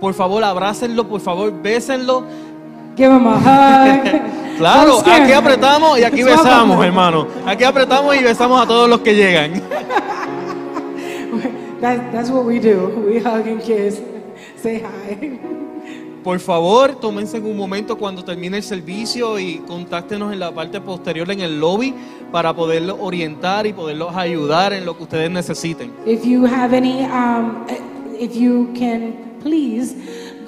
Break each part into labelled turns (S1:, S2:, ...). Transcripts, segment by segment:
S1: Por favor, abrácenlo, por favor, bésenlo.
S2: Give him a hug.
S1: Claro,
S2: Don't scare
S1: aquí
S2: him.
S1: apretamos y aquí
S2: It's welcome.
S1: besamos, hermano. Aquí apretamos y besamos a todos los que llegan.
S2: That, that's what we do. We hug and kiss. Say hi.
S1: Por favor, tómense un momento cuando termine el servicio y contáctenos en la parte posterior en el lobby para poderlos orientar y poderlos ayudar en lo que ustedes necesiten.
S2: If you have any, um, if you can please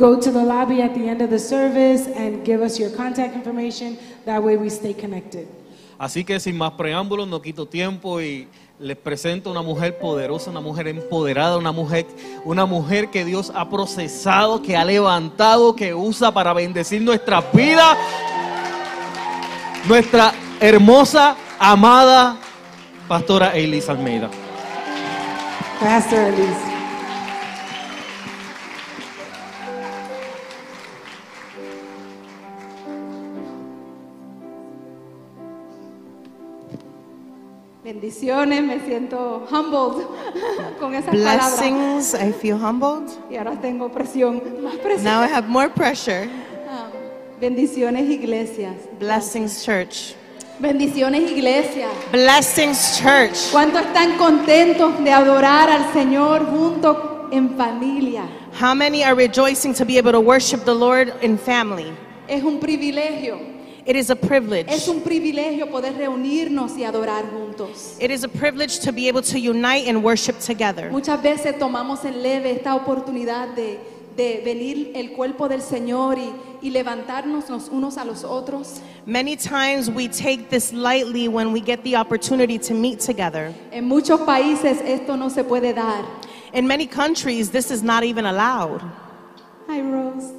S2: go to the lobby at the end of the service and give us your contact information. That way we stay connected.
S1: Así que sin más preámbulos, no quito tiempo y les presento una mujer poderosa, una mujer empoderada, una mujer, una mujer que Dios ha procesado, que ha levantado, que usa para bendecir nuestra vida. Nuestra hermosa, amada pastora Elisa Almeida.
S2: Pastor Elise.
S3: Bendiciones, me siento humbled con esas palabras.
S4: Blessings. I feel humbled.
S3: Y ahora tengo presión, más presión.
S4: Now I have more pressure.
S3: Ah, Bendiciones, iglesias.
S4: Blessings, church.
S3: Bendiciones, iglesias.
S4: Blessings, church.
S3: ¿Cuántos están contentos de adorar al Señor junto en familia?
S4: How many are rejoicing to be able to worship the Lord in family?
S3: Es un privilegio.
S4: It is a privilege.
S3: Es un privilegio poder reunirnos y adorar juntos.
S4: It is a privilege to be able to unite and worship together.
S3: Muchas veces tomamos en leve esta oportunidad de, de venir el cuerpo del Señor y, y levantarnos los unos a los otros.
S4: Many times we take this lightly when we get the opportunity to meet together.
S3: En muchos países esto no se puede dar.
S4: In many countries, this is not even allowed.
S3: Hi Rose,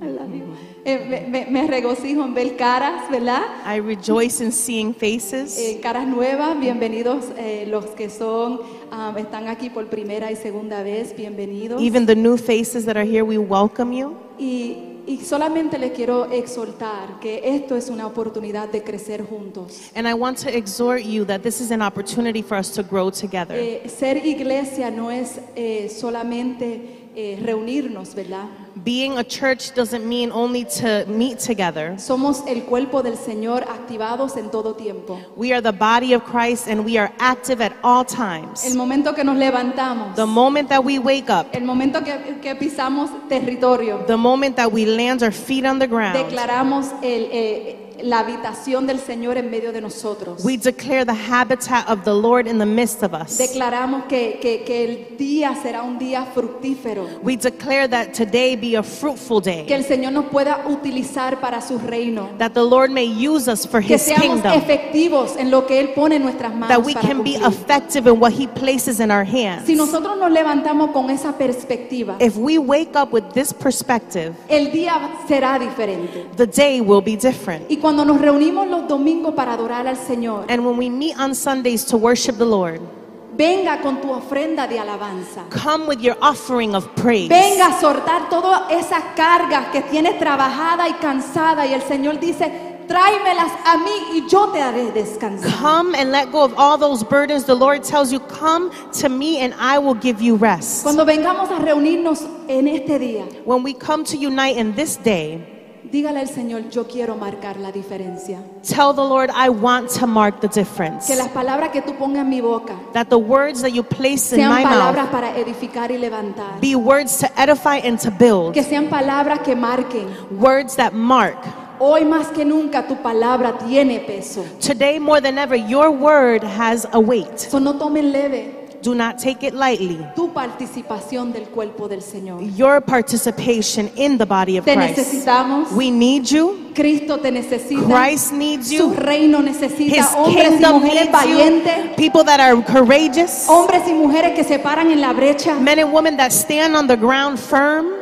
S3: I love you. Eh, me, me- me regocijo en ver caras, ¿verdad?
S4: I rejoice in seeing faces.
S3: Eh, caras nuevas, bienvenidos eh, los que son, ah, están aquí por primera y segunda vez, bienvenidos.
S4: Even the new faces that are here, we welcome you.
S3: y, y solamente les quiero exhortar que esto es una oportunidad de crecer juntos.
S4: And I want to exhort you that this is an opportunity for us to grow together.
S3: Eh, ser iglesia no es eh, solamente eh, reunirnos, ¿verdad?
S4: Being a church doesn't mean only to meet together.
S3: Somos el cuerpo del Señor activados en todo tiempo.
S4: We are the body of Christ and we are active at all
S3: El
S4: times.
S3: momento que nos levantamos,
S4: The moment that we wake up,
S3: el momento que, que pisamos territorio,
S4: the moment that we land our feet on the ground,
S3: declaramos el, eh, la habitación del Señor en medio de nosotros.
S4: we declare the habitat of the Lord in the midst of us.
S3: Declaramos que, que- que el día será un día fructífero,
S4: We declare that today be a fruitful
S3: que
S4: day,
S3: el Señor nos pueda utilizar para su reino,
S4: that the Lord may use us for
S3: que
S4: his
S3: seamos
S4: kingdom,
S3: efectivos en lo que Él pone en nuestras manos.
S4: that we
S3: para
S4: can be
S3: cumplir.
S4: effective in what he places in our hands.
S3: Si nosotros nos levantamos con esa perspectiva,
S4: If we wake up with this perspective,
S3: el día será diferente.
S4: the day will be different.
S3: Y cuando nos reunimos los domingos para adorar al Señor,
S4: And when we meet on Sundays to worship the Lord,
S3: venga con tu ofrenda de alabanza.
S4: come with your offering of praise.
S3: Venga a soltar todas esas cargas que tienes trabajada y cansada. Y el Señor dice, tráemelas a mí y yo te haré descansar.
S4: Come and let go of all those burdens. The Lord tells you, Come to me and I will give you rest.
S3: Cuando vengamos a reunirnos en este día,
S4: When we come to unite in this day,
S3: dígale al Señor, yo quiero marcar la diferencia.
S4: tell the Lord, I want to mark the difference.
S3: Que las palabras que tú pongas en mi boca
S4: That the words that you place in
S3: sean
S4: my
S3: palabras
S4: mouth
S3: para edificar y levantar.
S4: be words to edify and to build,
S3: Que sean palabras que marquen.
S4: words that mark.
S3: Hoy más que nunca tu palabra tiene peso.
S4: Today, more than ever, your word has a weight.
S3: So no tomen leve
S4: Do not take it lightly.
S3: tu participación del cuerpo del Señor.
S4: Your participation in the body of
S3: Te
S4: Christ.
S3: necesitamos.
S4: We need you.
S3: Cristo te necesita.
S4: Christ needs
S3: Su
S4: you.
S3: reino
S4: His
S3: necesita hombres y
S4: kingdom
S3: mujeres
S4: needs you.
S3: valientes,
S4: People that are courageous.
S3: hombres y mujeres que se paran en la brecha
S4: Men and women that stand on the ground firm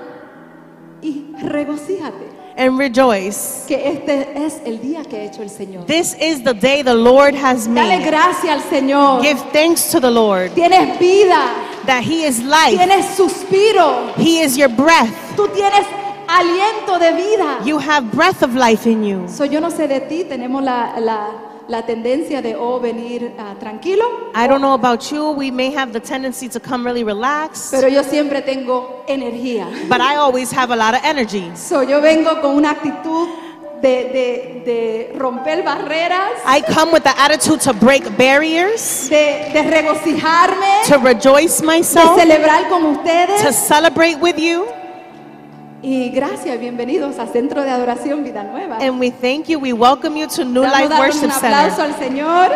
S3: y regocíjate
S4: and rejoice.
S3: que este es el día que ha hecho el Señor.
S4: This is the day the Lord has
S3: Dale
S4: made.
S3: gracias al Señor.
S4: Give thanks to the Lord
S3: Tienes vida,
S4: that He is life.
S3: tienes suspiro,
S4: He is your breath.
S3: tú tienes aliento de vida.
S4: You have breath of life in you.
S3: So, yo no sé de ti, tenemos la, la, la tendencia de oh, venir ah, tranquilo,
S4: I don't know about you, we may have the tendency to come really relaxed,
S3: pero yo siempre tengo energía.
S4: but I always have a lot of energy.
S3: So, yo vengo con una actitud de, de- de romper barreras,
S4: I come with the attitude to break barriers,
S3: de, de regocijarme,
S4: to rejoice
S3: de
S4: myself,
S3: celebrar con
S4: to
S3: ustedes.
S4: celebrate with you.
S3: Y gracias, bienvenidos a Centro de Adoración Vida Nueva.
S4: And we thank you. We welcome you to New
S3: Vamos
S4: Life
S3: a darle
S4: Worship
S3: un aplauso
S4: Center.
S3: al Señor.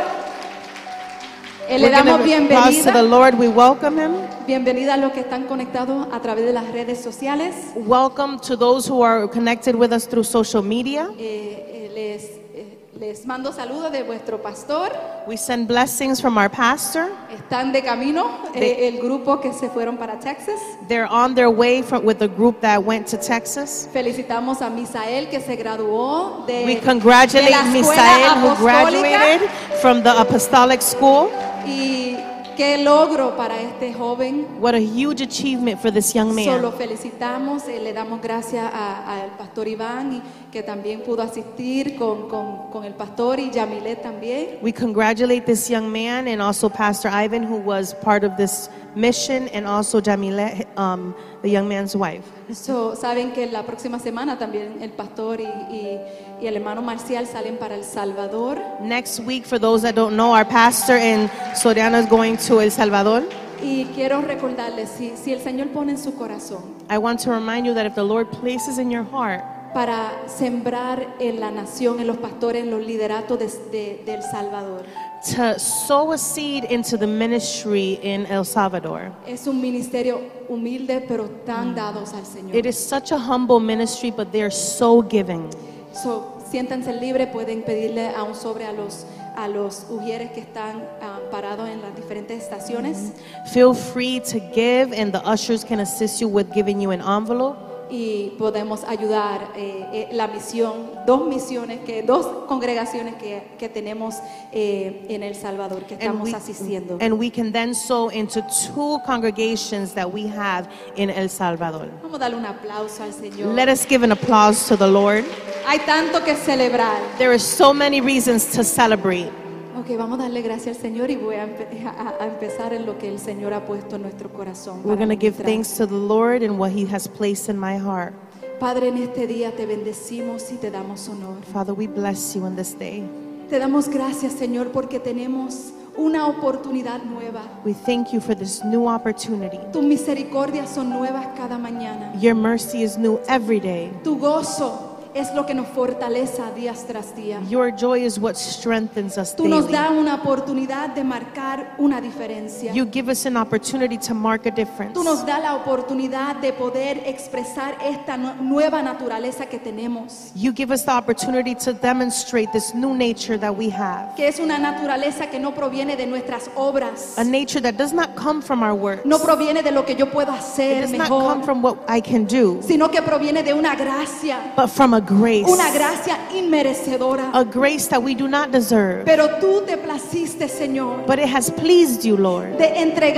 S3: Eh, Le
S4: We're gonna
S3: damos
S4: give applause to the
S3: bienvenida.
S4: Lord. We welcome Him.
S3: Bienvenida a los que están conectados a través de las redes sociales.
S4: Welcome to those who are connected with us through social media.
S3: Eh, eh, les, eh, les mando saludos de vuestro pastor.
S4: We send blessings from our pastor.
S3: Están de camino eh, el grupo que se fueron para Texas.
S4: They're on their way from, with the group that went to Texas.
S3: Felicitamos a Misael que se graduó de,
S4: We
S3: Eh, de
S4: congratulate
S3: la
S4: Misael,
S3: escuela
S4: who graduated
S3: apostólica.
S4: from the Apostolic School.
S3: Y qué logro para este joven.
S4: What a huge achievement for this young
S3: Solo
S4: man.
S3: felicitamos, eh, le damos gracias a- al pastor Iván y que también pudo asistir con, con- con el pastor y Yamilet también.
S4: We congratulate this young man and also Pastor Ivan, who was part of this mission, and also Jamila, um, the young man's wife.
S3: So, saben que la próxima semana también el pastor y, y- y el hermano Marcial salen para El Salvador.
S4: Next week, for those that don't know, our pastor in Soriano is going to El Salvador.
S3: Y quiero recordarles, si, si el Señor pone en su corazón
S4: I want to remind you that if the Lord places in your heart
S3: para sembrar en la nación, en los pastores, en los lideratos de, de- de El Salvador,
S4: to sow a seed into the ministry in El Salvador,
S3: es un ministerio humilde pero tan dados al Señor.
S4: it is such a humble ministry, but they are so giving.
S3: So, siéntanse libres, pueden pedirle a un sobre a los, a los ujieres que están ah, parados en las diferentes estaciones.
S4: Feel free to give, and the ushers can assist you with giving you an envelope.
S3: y podemos ayudar eh, eh, la misión, dos misiones, que dos congregaciones que, que tenemos eh, en El Salvador, que estamos asistiendo.
S4: and we can then sow into two congregations that we have in El Salvador.
S3: Vamos a darle un aplauso al Señor.
S4: Let us give an applause to the Lord.
S3: Hay tanto que celebrar.
S4: There are so many reasons to celebrate.
S3: Ok, vamos a darle gracias al Señor y voy a, empe- a- a empezar en lo que el Señor ha puesto en nuestro corazón.
S4: We're
S3: para
S4: going to give
S3: ministrar.
S4: thanks to the Lord and what He has placed in my heart.
S3: Padre, en este día te bendecimos y te damos honor.
S4: Father, we bless you on this day.
S3: Te damos gracias, Señor, porque tenemos una oportunidad nueva.
S4: We thank you for this new opportunity.
S3: Tus misericordias son nuevas cada mañana.
S4: Your mercy is new every day.
S3: Tu gozo es lo que nos fortalece a días tras día.
S4: Your joy is what strengthens us
S3: Tú nos das
S4: daily.
S3: una oportunidad de marcar una diferencia.
S4: You give us an opportunity to mark a difference.
S3: Tú nos das la oportunidad de poder expresar esta nu- nueva naturaleza que tenemos,
S4: You give us the opportunity to demonstrate this new nature that we have.
S3: que es una naturaleza que no proviene de nuestras obras,
S4: A nature that does not come from our works.
S3: no proviene de lo que yo puedo
S4: it
S3: hacer
S4: does not come
S3: mejor,
S4: from what I can do,
S3: sino que proviene de una gracia,
S4: but from a grace.
S3: una gracia inmerecedora.
S4: A grace that we do not deserve.
S3: Pero tú te placiste, Señor,
S4: But it has pleased you, Lord,
S3: de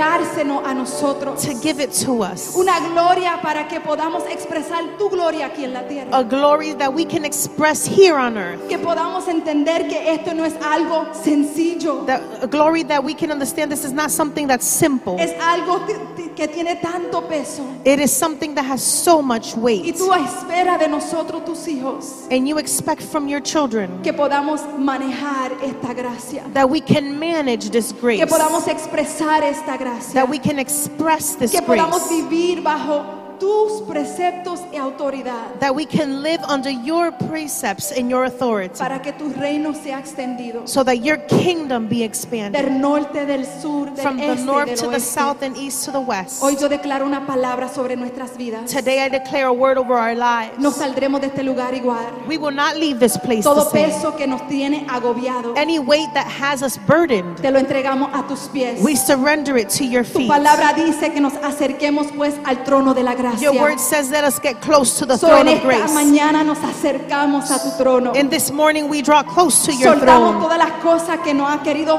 S3: entregársenos a nosotros.
S4: to give it to us.
S3: una gloria para que podamos expresar tu gloria aquí en la tierra.
S4: A glory that we can express here on earth.
S3: Que podamos entender que esto no es algo sencillo,
S4: That, a glory that we can understand this is not something that's simple.
S3: es algo que- que- que tiene tanto peso.
S4: It is something that has so much
S3: Y
S4: weight.
S3: tú espera de nosotros, tus hijos,
S4: And you expect from your children
S3: que podamos manejar esta gracia,
S4: that we can manage this grace.
S3: que podamos expresar esta gracia,
S4: that we can express this
S3: que podamos
S4: grace,
S3: vivir bajo tus preceptos y autoridad,
S4: that we can live under your precepts and your authority,
S3: para que tu reino sea extendido
S4: so that your kingdom be expanded
S3: del norte, del sur, del
S4: from the
S3: este,
S4: north
S3: del
S4: to the
S3: oeste.
S4: south and east to the west.
S3: Hoy yo declaro una palabra sobre nuestras vidas.
S4: Today I declare a word over our
S3: No
S4: lives.
S3: saldremos de este lugar igual.
S4: We will not leave this place the
S3: Todo
S4: same.
S3: peso que nos tiene agobiado,
S4: Any weight that has us burdened,
S3: te lo entregamos a tus pies.
S4: we surrender it to your
S3: Tu
S4: feet.
S3: palabra dice que nos acerquemos pues al trono de la gracia.
S4: Your word says, "Let us get close to the
S3: So, en
S4: throne of
S3: esta
S4: grace."
S3: mañana nos acercamos a tu trono.
S4: And this morning we draw close to your
S3: Soltamos
S4: throne.
S3: todas las cosas que nos ha querido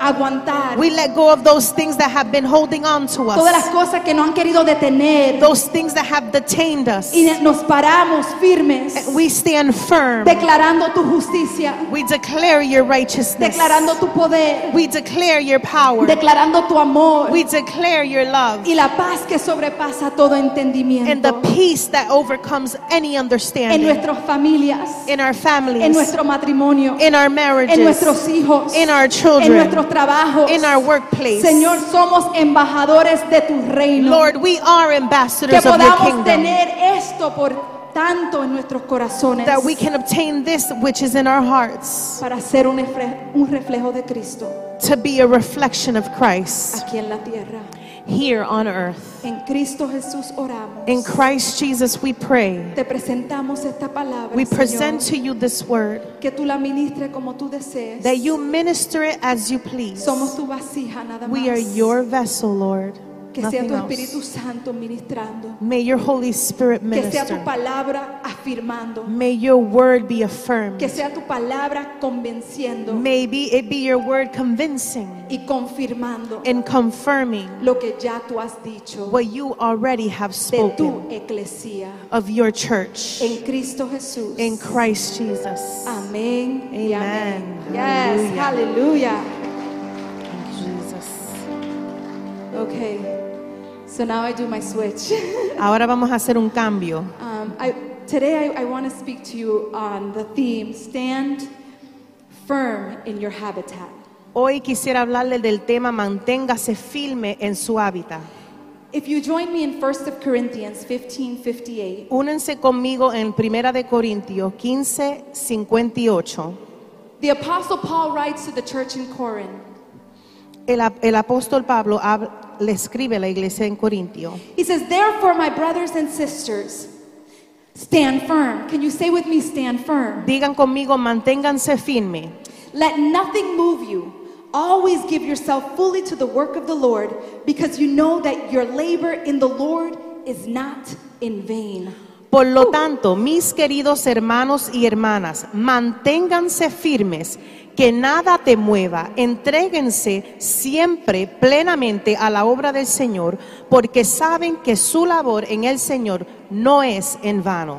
S3: aguantar
S4: We let go of those things that have been holding on to
S3: todas las
S4: us,
S3: cosas que nos han querido detener
S4: those things that have detained us.
S3: y nos paramos firmes
S4: And We stand firm.
S3: declarando tu justicia,
S4: We declare your righteousness.
S3: declarando tu poder,
S4: We declare your power.
S3: declarando tu amor
S4: We declare your love
S3: y la paz que sobrepasa todo
S4: and the
S3: entendimiento
S4: peace that overcomes any
S3: en
S4: understanding
S3: nuestras familias,
S4: in our
S3: en
S4: families,
S3: nuestro matrimonio,
S4: in our
S3: en nuestros
S4: marriages,
S3: hijos,
S4: in our
S3: en
S4: children,
S3: nuestros trabajos.
S4: in our workplace.
S3: Señor, somos embajadores de tu reino.
S4: Lord, we are
S3: que
S4: ambassadors of your
S3: podamos
S4: kingdom.
S3: tener esto por tanto en nuestros corazones
S4: That we can obtain this which is in our hearts
S3: para ser un, efre- un reflejo de Cristo
S4: to be a reflection of Christ
S3: aquí en la tierra.
S4: here on earth.
S3: En Cristo Jesús oramos.
S4: In Christ Jesus, we pray.
S3: Te presentamos esta palabra,
S4: We
S3: Señor,
S4: present to you this word
S3: que tú la ministres como tú desees.
S4: that you minister it as you please.
S3: Somos tu vasija nada más.
S4: We are your vessel, Lord.
S3: que sea
S4: Nothing
S3: tu Espíritu
S4: else.
S3: Santo ministrando.
S4: May your Holy Spirit
S3: Que sea tu
S4: minister.
S3: palabra afirmando.
S4: May your word be
S3: Que
S4: affirmed.
S3: sea tu palabra convenciendo
S4: Maybe it be your word convincing
S3: y confirmando
S4: and confirming
S3: lo que ya tú has dicho
S4: what you already have
S3: de tu
S4: spoken
S3: eclesia
S4: of your church
S3: en Cristo Jesús.
S4: in Christ Jesus.
S3: Amén. y amén.
S4: Amen.
S3: Yes, hallelujah.
S4: In Jesus.
S3: Okay. So now I do my switch.
S4: Ahora vamos a hacer un cambio.
S3: Um, I, today I, I want to speak to you on the theme stand firm in your habitat.
S4: Hoy quisiera hablarle del tema manténgase firme en su hábitat.
S3: If you join me in 1 of Corinthians 15:58,
S4: Únense conmigo en Primera de Corintios 15, 58.
S3: the apostle Paul writes to the church in Corinth.
S4: El, ap- el apóstol Pablo hab- le escribe a la iglesia en Corintio.
S3: He says, "Therefore, my brothers and sisters, stand firm." Can you say with me, "Stand firm"?
S4: Digan conmigo, manténganse firme.
S3: Let nothing move you. Always give yourself fully to the work of the Lord, because you know that your labor in the Lord is not in vain.
S4: Por lo tanto, mis queridos hermanos y hermanas, manténganse firmes, que nada te mueva, entréguense siempre plenamente a la obra del Señor, porque saben que su labor en el Señor no es en vano.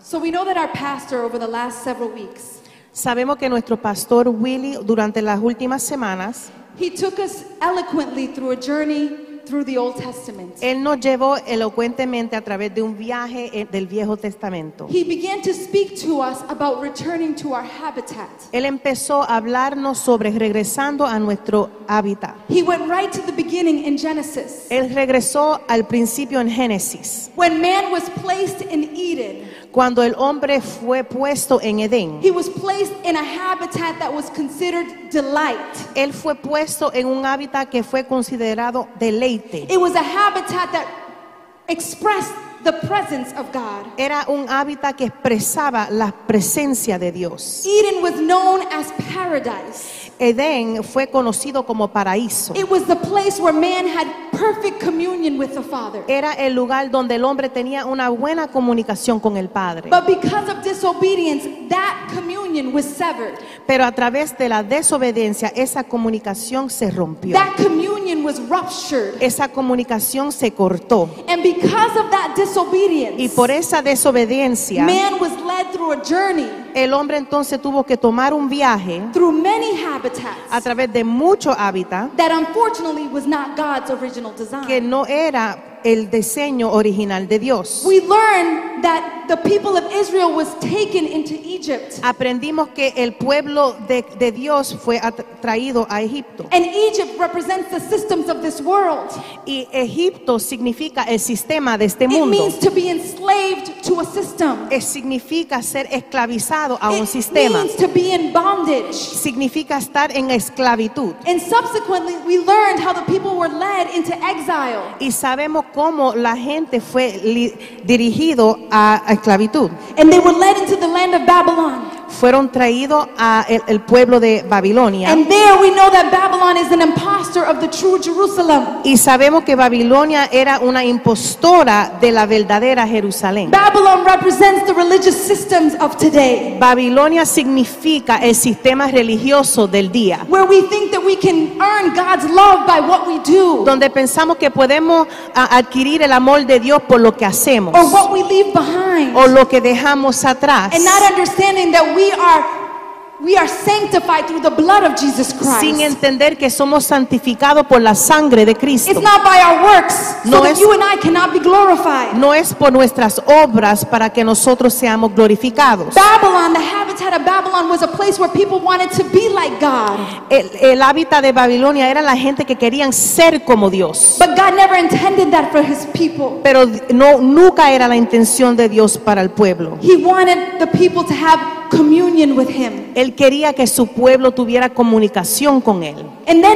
S3: So we know that our pastor over the last several weeks,
S4: Sabemos que nuestro pastor Willy durante las últimas semanas,
S3: he took us eloquently through a journey through the Old Testament.
S4: él nos llevó elocuentemente a través de un viaje eh, del Viejo Testamento.
S3: He began to speak to us about returning to our habitat.
S4: Él empezó a hablarnos sobre regresando a nuestro hábitat.
S3: He went right to the beginning in Genesis.
S4: Él regresó al principio en Génesis,
S3: When man was placed in Eden,
S4: cuando el hombre fue puesto en Edén.
S3: he was placed in a habitat that was considered delight.
S4: Él fue puesto en un hábitat que fue considerado deleite.
S3: It was a habitat that expressed the presence of God.
S4: Era un hábitat que expresaba la presencia de Dios.
S3: Eden was known as paradise.
S4: Edén fue conocido como paraíso.
S3: It was the place where man had perfect communion with the Father.
S4: Era el lugar donde el hombre tenía una buena comunicación con el Padre.
S3: But because of disobedience, that communion was severed.
S4: Pero a través de la desobediencia esa comunicación se rompió.
S3: That communion was ruptured.
S4: Esa comunicación se cortó.
S3: And because of that
S4: Y
S3: disobedience,
S4: por esa desobediencia,
S3: man was led through a journey
S4: el hombre entonces tuvo que tomar un viaje
S3: through many
S4: a
S3: habitats
S4: través de mucho hábitat
S3: that unfortunately was not God's original
S4: que
S3: design.
S4: no era el diseño original de Dios.
S3: We learn that the people of Israel was taken into Egypt.
S4: Aprendimos que el pueblo de, de Dios fue at- traído a Egipto.
S3: And Egypt represents the systems of this world.
S4: Y Egipto significa el sistema de este
S3: It
S4: mundo.
S3: means to be enslaved to a system.
S4: Eh, significa ser esclavizado a un
S3: It
S4: sistema.
S3: means to be in bondage.
S4: Significa estar en esclavitud.
S3: And subsequently, we learned how the people were led into exile.
S4: Y sabemos cómo la gente fue li- dirigido a, a esclavitud.
S3: And they were led into the land of Babylon.
S4: fueron traídos a el, el pueblo de Babilonia.
S3: And there we know that Babylon is an imposter of the true Jerusalem.
S4: Y sabemos que Babilonia era una impostora de la verdadera Jerusalén.
S3: Babylon represents the religious systems of today,
S4: Babilonia significa el sistema religioso del día,
S3: where we think that we can earn God's love by what we do
S4: donde pensamos que podemos a, adquirir el amor de Dios por lo que hacemos
S3: or what we leave behind,
S4: o lo que dejamos atrás,
S3: and not understanding that we are we are sanctified through the blood of Jesus
S4: sin
S3: Christ.
S4: entender que somos santificados por la sangre de Cristo.
S3: It's not by our works, so
S4: No
S3: that
S4: es-
S3: you and I cannot be glorified.
S4: No es por nuestras obras para que nosotros seamos glorificados.
S3: Babylon, the habitat of Babylon, was a place where people wanted to be like God.
S4: El, el hábitat de Babilonia era la gente que querían ser como Dios.
S3: But God never intended that for his people.
S4: Pero no, nunca era la intención de Dios para el pueblo.
S3: He wanted the people to have communion with him.
S4: Él quería que su pueblo tuviera comunicación con Él.
S3: And then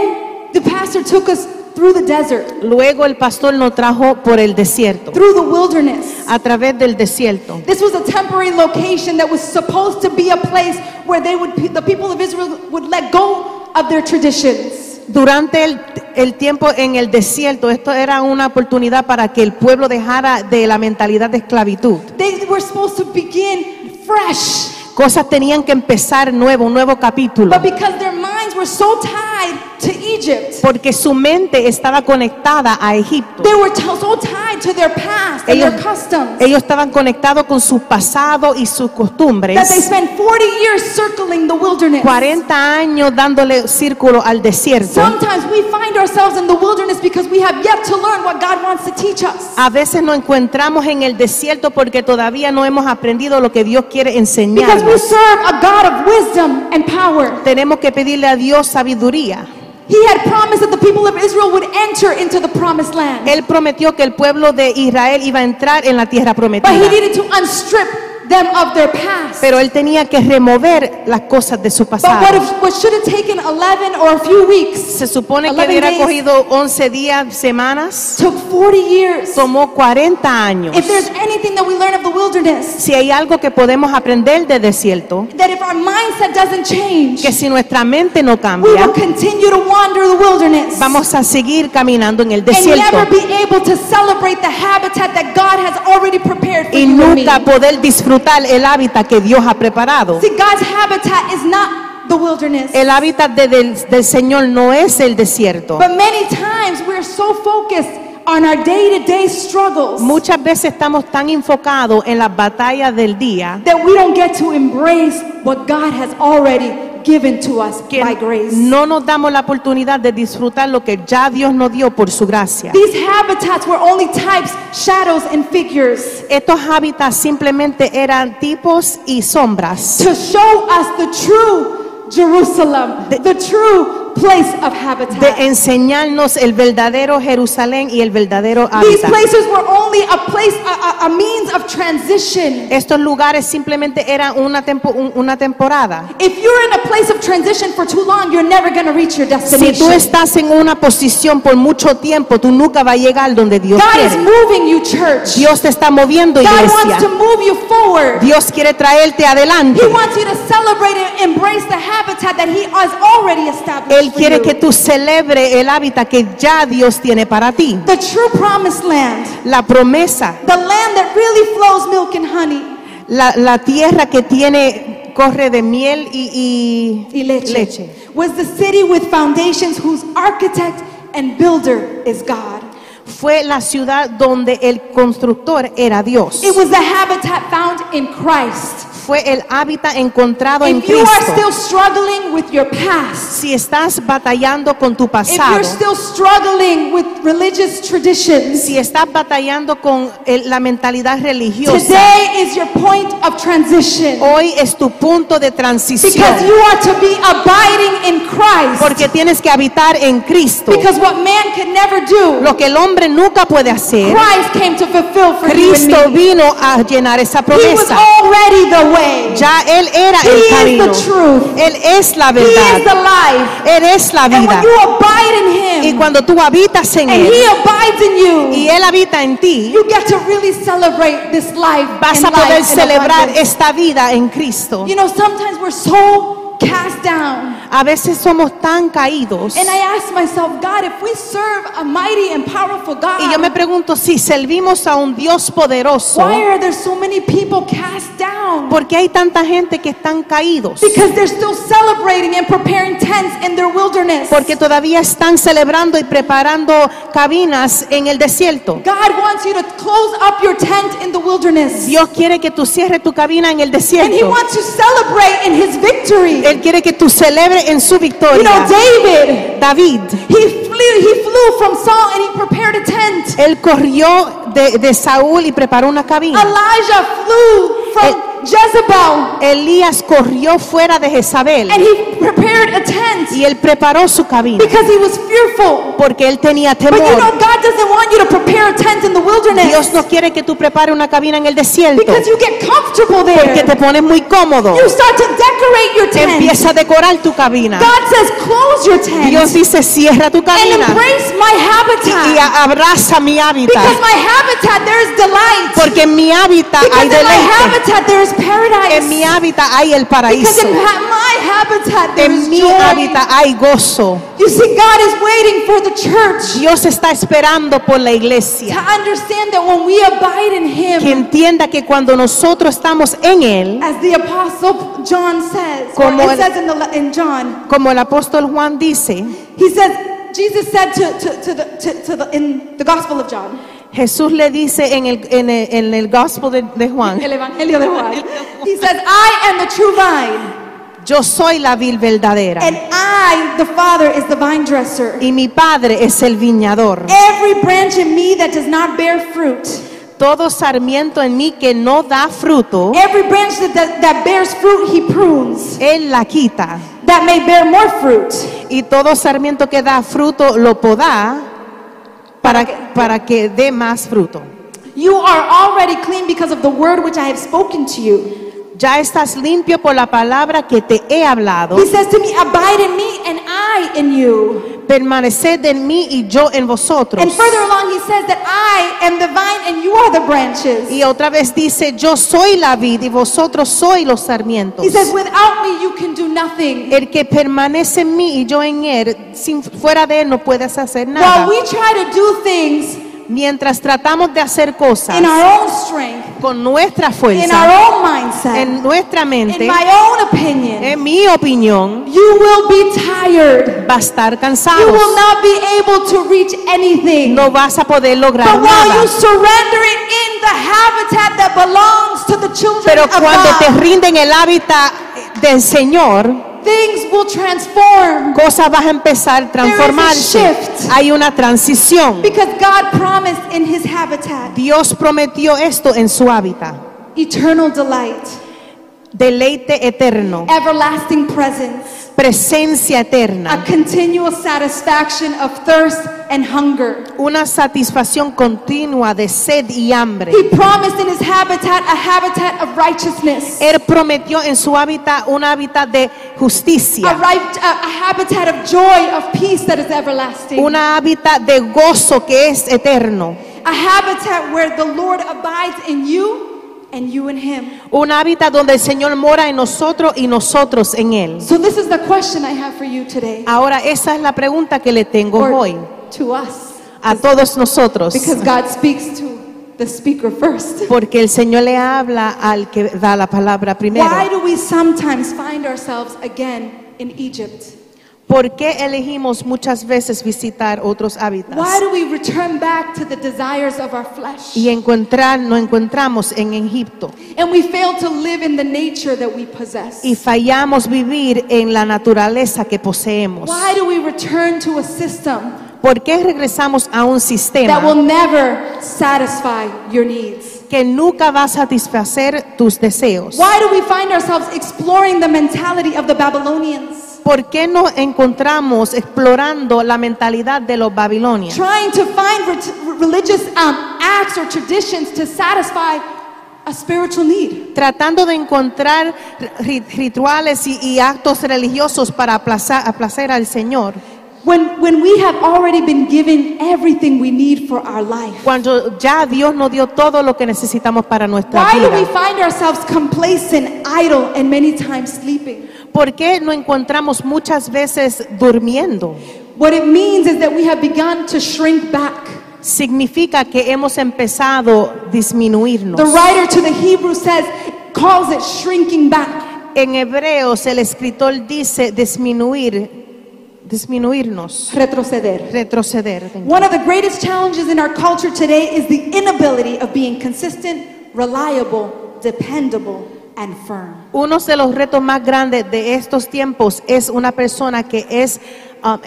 S3: the pastor took us through the desert,
S4: Luego el pastor nos trajo por el desierto,
S3: through the wilderness.
S4: a través del desierto.
S3: This was a temporary location that was supposed to be a place where they would the people of Israel would let go of their traditions.
S4: Durante el, el tiempo en el desierto, esto era una oportunidad para que el pueblo dejara de la mentalidad de esclavitud.
S3: They were supposed to begin fresh.
S4: Cosas tenían que empezar nuevo, un nuevo capítulo.
S3: But because their minds were so tied to Egypt,
S4: Porque su mente estaba conectada a Egipto.
S3: they were t- so tied to their past and
S4: Ellos,
S3: their customs
S4: ellos estaban conectados con su pasado y sus
S3: that they
S4: costumbres.
S3: spent 40 years circling the wilderness.
S4: 40 años dándole círculo al desierto.
S3: Sometimes we find ourselves in the wilderness because we have yet to learn what God wants to teach us.
S4: A veces nos encontramos en el desierto porque todavía no hemos aprendido lo que Dios quiere
S3: Because we
S4: enseñarnos.
S3: serve a God of wisdom and power.
S4: Tenemos que pedirle a Dios sabiduría.
S3: He had promised that the people of Israel would enter into the promised land.
S4: Él prometió que el pueblo de Israel iba a entrar en la tierra
S3: But he
S4: prometida.
S3: needed to unstrip them of their past.
S4: Pero él tenía que remover las cosas de su
S3: But what,
S4: pasado.
S3: if, what should have taken 11 or a few weeks
S4: Se supone que
S3: 11
S4: hubiera
S3: days.
S4: cogido 11 días, semanas.
S3: took 40 years.
S4: Tomó 40 años.
S3: If there's anything that we learn of the wilderness,
S4: Si hay algo que podemos aprender del desierto,
S3: that if our mindset doesn't change,
S4: que si nuestra mente no
S3: we
S4: cambia,
S3: will continue to wander the wilderness
S4: vamos a seguir caminando en el
S3: and
S4: desierto.
S3: never be able to celebrate the habitat that God has already prepared for
S4: y
S3: you and me.
S4: nunca poder disfrutar el hábitat que Dios ha preparado.
S3: See, God's habitat is not the wilderness.
S4: El hábitat de- del, del Señor no es el desierto.
S3: But many times we're so focused on our day to day struggles
S4: Muchas veces estamos tan enfocados en las batallas del día
S3: that we don't get to embrace what God has already given to us
S4: que
S3: by grace.
S4: no nos damos la oportunidad de disfrutar lo que ya Dios nos dio por su gracia.
S3: These habitats were only types, shadows, and figures
S4: Estos hábitats simplemente eran tipos y sombras
S3: to show us the true Jerusalem, the, true place of habitat.
S4: de enseñarnos el verdadero Jerusalén y el verdadero
S3: These
S4: hábitat.
S3: places were only a place, a, a- a means of transition.
S4: Estos lugares simplemente eran una, tempo- un- una temporada.
S3: If you're in a place of transition for too long, you're never going to reach your
S4: Si tú
S3: destination.
S4: estás en una posición por mucho tiempo, tú nunca vas a llegar donde Dios
S3: God is
S4: quiere.
S3: moving you, church.
S4: Dios te está moviendo,
S3: God wants to
S4: iglesia.
S3: move you forward.
S4: Dios quiere traerte adelante.
S3: He wants you to celebrate and embrace the habitat that He has already established.
S4: Él
S3: for
S4: quiere
S3: you.
S4: que tú celebre el hábitat que ya Dios tiene para ti.
S3: the true promised land,
S4: La promesa,
S3: the land that really flows milk and honey.
S4: la, la tierra que tiene, corre de miel y, y-
S3: Y leche.
S4: leche.
S3: Was the city with foundations whose architect and builder is God.
S4: Fue la ciudad donde el constructor era Dios.
S3: It was the habitat found in Christ.
S4: Fue el hábitat encontrado en
S3: If you are
S4: Cristo.
S3: still struggling with your past,
S4: Si estás batallando con tu
S3: if you're
S4: pasado,
S3: still struggling with religious traditions,
S4: Si estás batallando con el- la mentalidad religiosa,
S3: today is your point of transition.
S4: hoy es tu punto de
S3: Because you
S4: transición.
S3: are to be abiding in Christ.
S4: Porque tienes que habitar en Cristo.
S3: because what man can never do,
S4: Lo que el hombre nunca puede hacer,
S3: Christ came to fulfill for you
S4: Cristo
S3: and me.
S4: vino a llenar esa
S3: He was
S4: promesa.
S3: already the way.
S4: Ya Él era
S3: He is
S4: el
S3: the
S4: camino.
S3: truth.
S4: Él es la
S3: he is the
S4: verdad.
S3: life.
S4: Él es la
S3: And when
S4: vida.
S3: you abide in Him, Him
S4: Y cuando tú habitas en
S3: and He
S4: Él
S3: abides in you,
S4: y Él habita en ti,
S3: you get to really celebrate this life.
S4: vas
S3: and
S4: a
S3: life
S4: poder
S3: in
S4: celebrar
S3: abundance.
S4: esta vida en Cristo.
S3: You know, sometimes we're so cast down.
S4: A veces somos tan caídos.
S3: And I ask myself, God, if we serve a mighty and powerful God,
S4: Y yo me pregunto si servimos a un Dios poderoso,
S3: why are there so many people cast down?
S4: ¿por qué hay tanta gente que están caídos?
S3: Because they're still celebrating and preparing tents in their wilderness.
S4: Porque todavía están celebrando y preparando cabinas en el desierto.
S3: God wants you to close up your tent in the wilderness.
S4: Dios quiere que tú cierres tu cabina en el
S3: And he
S4: desierto.
S3: wants to celebrate in his victory.
S4: Él quiere que tú celebres en su
S3: You know,
S4: victoria.
S3: David,
S4: David,
S3: he flew, he flew from Saul and he prepared a tent.
S4: él corrió de, de Saúl y preparó una cabina.
S3: Elijah flew from Jezebel
S4: Elías corrió fuera de Jezabel
S3: and he prepared a tent
S4: y él preparó su cabina
S3: because he was fearful.
S4: porque él tenía
S3: But you know,
S4: temor.
S3: God doesn't want you to prepare a tent in the
S4: Dios
S3: wilderness
S4: no quiere que tú prepares una cabina en el desierto
S3: because you get comfortable
S4: porque te
S3: there.
S4: pones muy cómodo.
S3: You start to decorate your tent.
S4: Empieza a decorar tu cabina.
S3: God says, close your tent
S4: Dios dice, cierra tu
S3: and
S4: cabina
S3: embrace my
S4: y
S3: habitat
S4: a- abraza mi hábitat.
S3: because my habitat there is delight.
S4: Porque en mi hábitat
S3: Because
S4: hay
S3: in my
S4: deleite.
S3: habitat there is paradise.
S4: En mi hábitat hay el
S3: because
S4: paraíso.
S3: in ha- my habitat there is
S4: En mi
S3: joy.
S4: hábitat hay gozo.
S3: You see, God is waiting for the church
S4: Dios está esperando por la
S3: to
S4: iglesia
S3: understand that when we abide in Him,
S4: que entienda que cuando nosotros estamos en Él,
S3: as the apostle John says, or
S4: Como
S3: it
S4: el-
S3: says in, the, in John,
S4: como el apóstol Juan dice,
S3: he says, Jesus said to, to, to, the, to, to the in the Gospel of John,
S4: Jesús le dice en el, en el, en el gospel de, de Juan,
S3: El Evangelio de Juan, he says, I am the true vine,
S4: yo soy la vil verdadera
S3: and I, the Father, is the vine dresser.
S4: y mi padre es el viñador.
S3: Every branch in me that does not bear fruit.
S4: Todo sarmiento en mí que no da fruto,
S3: Every branch that, that, that bears fruit, he prunes,
S4: Él la quita.
S3: that may bear more fruit.
S4: Y todo sarmiento que da fruto lo podá para, para que dé más fruto.
S3: You are already clean because of the word which I have spoken to you.
S4: Ya estás limpio por la palabra que te he hablado.
S3: He says to me, Abide in me, and I in you.
S4: Permaneced en mí y yo en vosotros.
S3: And further along, he says that I am the vine, and you are the branches.
S4: Y otra vez dice, yo soy la vid y vosotros sois los sarmientos.
S3: He says, Without me, you can do nothing.
S4: El que permanece en mí y yo en él, sin, fuera de él no puedes hacer nada.
S3: While we try to do things
S4: Mientras tratamos de hacer cosas
S3: in our own strength,
S4: con nuestra
S3: in
S4: fuerza,
S3: our own mindset,
S4: en nuestra
S3: in
S4: mente,
S3: my own opinion,
S4: en mi opinión,
S3: you will be tired.
S4: va a estar
S3: You
S4: cansado.
S3: will not be able to reach anything.
S4: No vas a poder lograr
S3: But while you
S4: nada.
S3: surrender it in the habitat that belongs to the children
S4: Pero
S3: of
S4: cuando te
S3: God,
S4: rinden el hábitat del Señor,
S3: things will transform
S4: cosas vas a empezar a transformarse.
S3: There is a shift.
S4: Hay una transición.
S3: because God promised in his habitat
S4: Dios prometió esto en su hábitat.
S3: eternal delight,
S4: Deleite eterno,
S3: everlasting presence,
S4: presencia
S3: a
S4: eterna,
S3: continual satisfaction of thirst and hunger.
S4: una satisfacción continua de sed y hambre.
S3: He promised in his habitat a habitat of righteousness, a,
S4: Él prometió en su hábitat un hábitat de justicia,
S3: right, a, a habitat of joy, of peace that is everlasting,
S4: un hábitat de gozo que es eterno.
S3: a habitat where the Lord abides in you and you in him.
S4: Un hábitat donde el Señor mora en nosotros y nosotros en Él.
S3: So this is the question I have for you today.
S4: Ahora esa es la pregunta que le tengo
S3: Or
S4: hoy
S3: to us.
S4: a todos nosotros.
S3: Because God speaks to the speaker first.
S4: Porque el Señor le habla al que da la palabra
S3: Why
S4: primero.
S3: do we sometimes find ourselves again in Egypt?
S4: ¿Por qué elegimos muchas veces visitar otros hábitats?
S3: Why do we return back to the desires of our flesh?
S4: Y encontrar, nos encontramos en Egipto
S3: And we fail to live in the nature that we possess.
S4: y fallamos vivir en la naturaleza que poseemos.
S3: Why do we return to a system
S4: ¿Por qué regresamos
S3: that
S4: a un
S3: will
S4: sistema
S3: never satisfy your needs?
S4: que nunca va a satisfacer tus deseos?
S3: Why do we find ourselves exploring the mentality of the Babylonians?
S4: ¿Por qué nos encontramos explorando la mentalidad de los babilonios?
S3: trying to find re- religious um, acts or traditions to satisfy a spiritual need.
S4: Tratando de encontrar ri- rituales y, y actos religiosos para aplaza- aplacer al Señor.
S3: When, when we have already been given everything we need for our life,
S4: Cuando ya Dios nos dio todo lo que necesitamos para nuestra
S3: why do we
S4: vida,
S3: find ourselves complacent, idle, and many times sleeping?
S4: ¿por qué no encontramos muchas veces durmiendo?
S3: What it means is that we have begun to shrink back.
S4: Significa que hemos empezado a disminuirnos.
S3: The writer to the Hebrew says, calls it shrinking back.
S4: En Hebreos el escritor dice disminuir, disminuirnos,
S3: Retroceder.
S4: retroceder.
S3: One of the greatest challenges in our culture today is the inability of being consistent, reliable, dependable, and firm.
S4: Uno de los retos más grandes de estos tiempos es una persona que es um,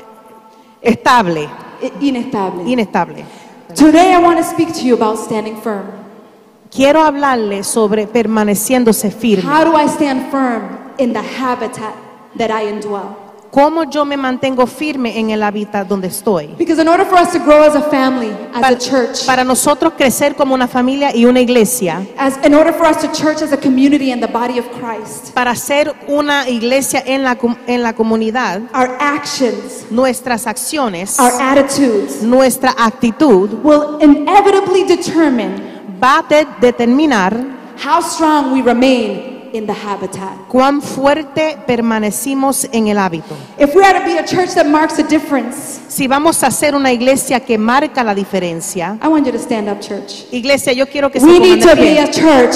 S4: estable,
S3: I- Inestable.
S4: inestable.
S3: Today I want to speak to you about standing firm.
S4: Quiero hablarle sobre permaneciéndose firme.
S3: How do I stand firm in the habitat that I indwell?
S4: ¿Cómo yo me mantengo firme en el hábitat donde estoy?
S3: Because in order for us to grow as a family, as a church,
S4: Para nosotros crecer como una familia y una iglesia,
S3: as in order for us to church as a community and the body of Christ,
S4: para ser una iglesia en la, com- en la comunidad,
S3: our actions,
S4: nuestras acciones,
S3: our attitudes
S4: nuestra actitud
S3: will inevitably determine
S4: va a de- determinar
S3: how strong we remain in the habitat.
S4: cuán fuerte permanecimos en el hábito.
S3: If we are to be a church that marks a difference,
S4: Si vamos a ser una iglesia que marca la diferencia,
S3: I want you to stand up, church.
S4: iglesia, yo quiero que se
S3: We
S4: pongan
S3: need to
S4: de
S3: be
S4: pie.
S3: a church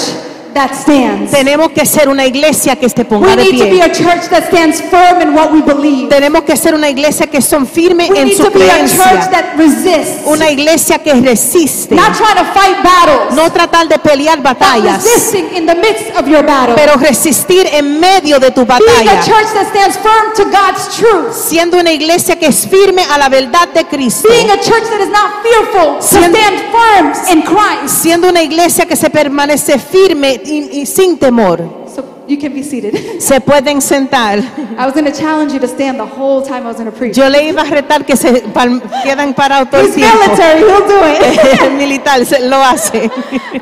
S3: that stands.
S4: Tenemos que ser una iglesia que se
S3: We
S4: ponga de
S3: need to be
S4: pie.
S3: a church that stands firm in what we believe.
S4: Tenemos que ser una iglesia que son firmes
S3: We
S4: en
S3: need
S4: su
S3: to be a church
S4: creencia.
S3: that resists,
S4: Una iglesia que resiste.
S3: not trying to fight battles.
S4: No tratar de pelear
S3: Not
S4: batallas,
S3: resisting in the midst of your battle.
S4: pero resistir en medio de tu
S3: Being a
S4: batalla.
S3: church that stands firm to God's truth.
S4: Siendo una iglesia que es firme a la verdad de Cristo.
S3: Being a church that is not fearful to
S4: Siendo-
S3: stand firm in Christ.
S4: siendo una iglesia que se permanece firme y, y sin temor.
S3: So you can be seated.
S4: Se pueden sentar.
S3: I was going to challenge you to stand the whole time I was going to preach.
S4: Yo le iba a retar que se pal- quedan parados todo el
S3: He's
S4: tiempo.
S3: military, he'll do it.
S4: El militar se- lo hace.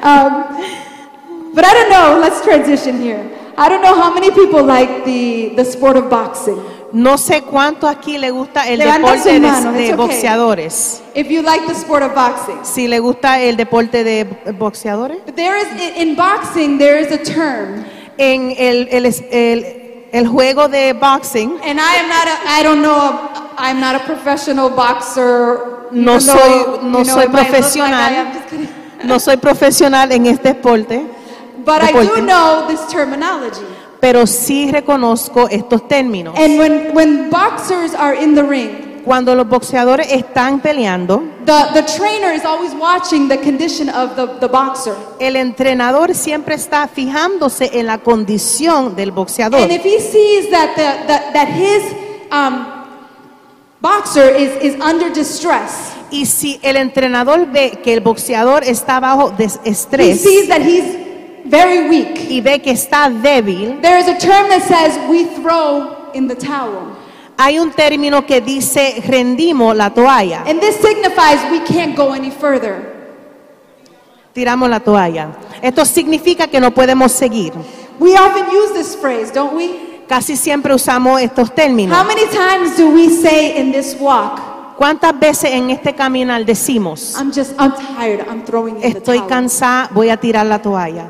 S3: Um, but I don't know, let's transition here. I don't know how many people like the, the sport of boxing.
S4: No sé cuánto aquí le gusta el
S3: Levanta su
S4: deporte de,
S3: mano,
S4: de
S3: it's okay.
S4: boxeadores.
S3: If you like the sport of boxing.
S4: Si le gusta el deporte de boxeadores.
S3: But there is, in in boxing, there is a term.
S4: En el, el, es- el- el juego de boxing,
S3: And I am not a, I don't know, a, I'm not a professional boxer.
S4: No
S3: even though,
S4: soy- no
S3: you know,
S4: soy
S3: it might look like
S4: profesional.
S3: I am, just kidding.
S4: no soy profesional en este deporte,
S3: But I do
S4: Deporte.
S3: know this terminology.
S4: pero sí reconozco estos términos.
S3: And when, when boxers are in the ring,
S4: Cuando los boxeadores están peleando,
S3: the, the trainer is always watching the condition of the, the boxer.
S4: el entrenador siempre está fijándose en la condición del boxeador.
S3: And if he sees that, the, that, that his um, boxer is, is under distress,
S4: Y si el entrenador ve que el boxeador está bajo de
S3: he
S4: estrés
S3: sees that he's very weak.
S4: y ve que está débil,
S3: There is a term that says we throw in the towel.
S4: hay un término que dice rendimos la toalla,
S3: And this signifies we can't go any further.
S4: tiramos la toalla. Esto significa que no podemos seguir.
S3: We often use this phrase, don't we?
S4: Casi siempre usamos estos
S3: How
S4: términos.
S3: many times do we say in this walk,
S4: ¿Cuántas veces en este caminar decimos,
S3: I'm just, I'm tired, I'm throwing in the
S4: estoy
S3: towel?
S4: cansada, voy a tirar la toalla?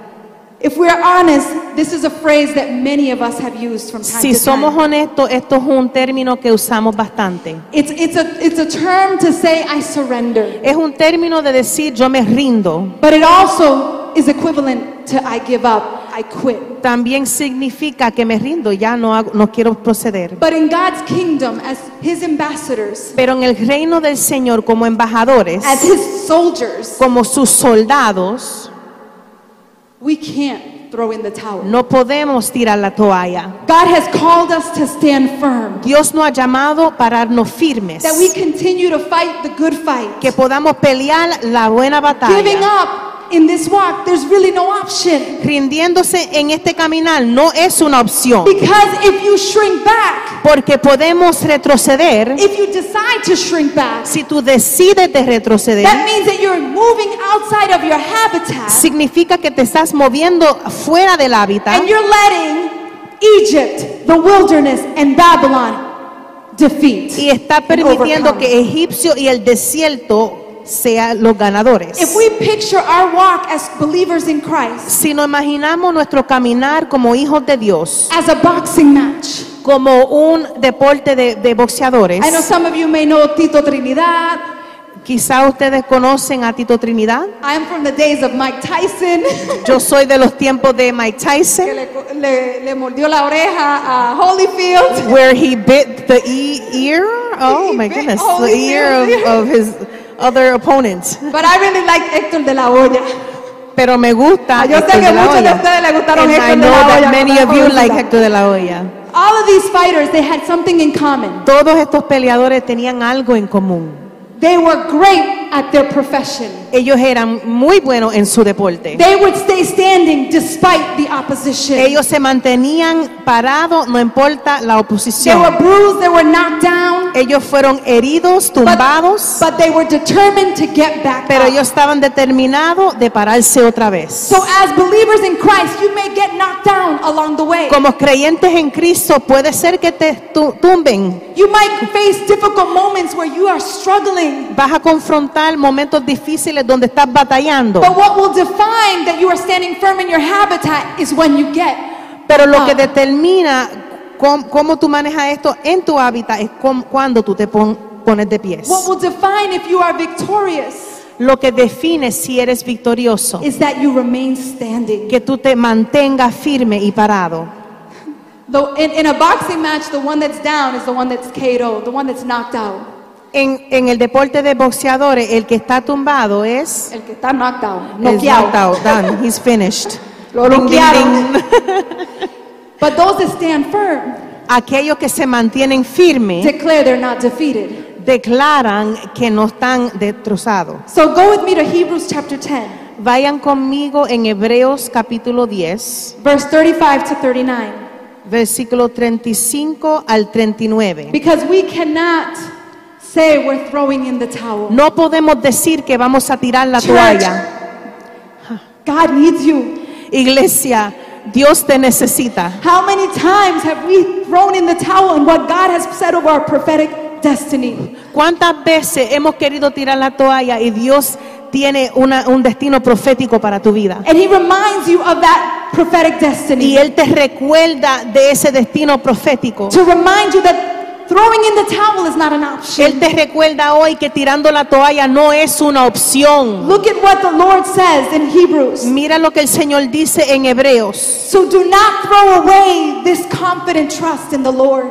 S3: If we're honest, this is a phrase that many of us have used from time
S4: Si
S3: to time.
S4: somos honestos, esto es un término que usamos bastante.
S3: it's, it's, a, it's a term to say I surrender,
S4: Es un término de decir yo me rindo.
S3: but it also is equivalent to I give up, I quit.
S4: También significa que me rindo, ya no, hago- no quiero proceder.
S3: But in God's kingdom, as His ambassadors,
S4: Pero en el reino del Señor, como embajadores,
S3: as His soldiers,
S4: como sus soldados,
S3: we can't throw in the towel.
S4: no podemos tirar la toalla.
S3: God has called us to stand firm,
S4: Dios nos ha llamado pararnos firmes,
S3: that we continue to fight the good fight.
S4: que podamos pelear la buena
S3: Giving
S4: batalla.
S3: up in this walk, there's really no option.
S4: Rindiéndose en este caminar no es una opción,
S3: Because if you shrink back,
S4: porque podemos retroceder
S3: if you decide to shrink back,
S4: Si tú decides de retroceder,
S3: that means that you're moving outside of your habitat
S4: significa que te estás moviendo fuera del hábitat
S3: and you're letting Egypt, the wilderness, and Babylon defeat.
S4: y está
S3: and
S4: permitiendo
S3: overcome.
S4: que Egipcio y el desierto sean los ganadores.
S3: If we picture our walk as believers in Christ
S4: Si nos imaginamos nuestro caminar como hijos de Dios,
S3: as a boxing match,
S4: como un deporte de, de boxeadores,
S3: I know some of you may know Tito Trinidad.
S4: quizá ustedes conocen a Tito Trinidad.
S3: I am from the days of Mike Tyson,
S4: Yo soy de los tiempos de Mike Tyson.
S3: que le, le- le mordió la oreja a Holyfield.
S4: where he bit the e- ear. Oh
S3: He
S4: my
S3: bit
S4: goodness,
S3: all
S4: the
S3: his
S4: ear
S3: ears.
S4: of, of his other opponent.
S3: But I really like Hector de la Hoya.
S4: Pero me gusta.
S3: Ah, yo sé
S4: Héctor
S3: que
S4: de la
S3: muchos de
S4: Hoya.
S3: ustedes les gustaron
S4: And
S3: Héctor
S4: I
S3: de
S4: know
S3: la
S4: that
S3: Hoya,
S4: many
S3: ¿verdad?
S4: of you like
S3: Pobrecita.
S4: Héctor de la Hoya.
S3: All of these fighters, they had something in common.
S4: Todos estos peleadores tenían algo en común.
S3: They were great at their profession.
S4: Ellos eran muy buenos en su deporte.
S3: They would stay standing despite the opposition.
S4: Ellos se mantenían parados, no importa la
S3: they were
S4: oposición.
S3: bruised, they were knocked down,
S4: Ellos fueron heridos,
S3: but,
S4: tumbados,
S3: but they were determined to get back
S4: pero
S3: up.
S4: ellos estaban determinados de pararse otra vez.
S3: So as believers in Christ, you may get knocked down along the way.
S4: Como creyentes en Cristo, puede ser que te tu- tumben.
S3: You might face difficult moments where you are struggling.
S4: Vas a confrontar momentos difíciles donde estás batallando.
S3: But what will define that you are standing firm in your habitat is when you get.
S4: Pero lo
S3: up.
S4: que determina cómo, cómo tú manejas esto en tu hábitat es cómo- cuando tú te pon- pones de pies.
S3: What will define if you are victorious
S4: Lo que define si eres victorioso,
S3: is that you remain standing.
S4: que tú te mantengas firme y parado.
S3: Though in, in a boxing match, the one that's down is the one that's KO, the one that's knocked out.
S4: En, en el deporte de boxeadores, el que está tumbado es...
S3: El que está knocked out,
S4: es knocked
S3: noqueado.
S4: out. Done. He's finished.
S3: Lo
S4: Ding, ding,
S3: noquearon.
S4: ding.
S3: But those that stand firm
S4: Aquellos que se mantienen firmes
S3: declare they're not defeated.
S4: declaran que no están destrozados.
S3: So go with me to Hebrews chapter 10,
S4: Vayan conmigo en Hebreos capítulo 10,
S3: verse 35 to 39.
S4: versículo 35 al 39.
S3: Because we cannot say we're throwing in the towel.
S4: No podemos decir que vamos a tirar la
S3: Church.
S4: toalla.
S3: God needs you.
S4: Iglesia, Dios te necesita.
S3: How many times have we thrown in the towel and what God has said over our prophetic destiny?
S4: ¿Cuántas veces hemos querido tirar la toalla y Dios tiene una- un destino profético para tu vida?
S3: And He reminds you of that prophetic
S4: Y
S3: destiny
S4: Él te recuerda de ese destino profético.
S3: to remind you that throwing in the towel is not an option.
S4: Él te recuerda hoy que tirando la toalla no es una opción.
S3: Look at what the Lord says in Hebrews.
S4: Mira lo que el Señor dice en Hebreos.
S3: So do not throw away this confident trust in the Lord.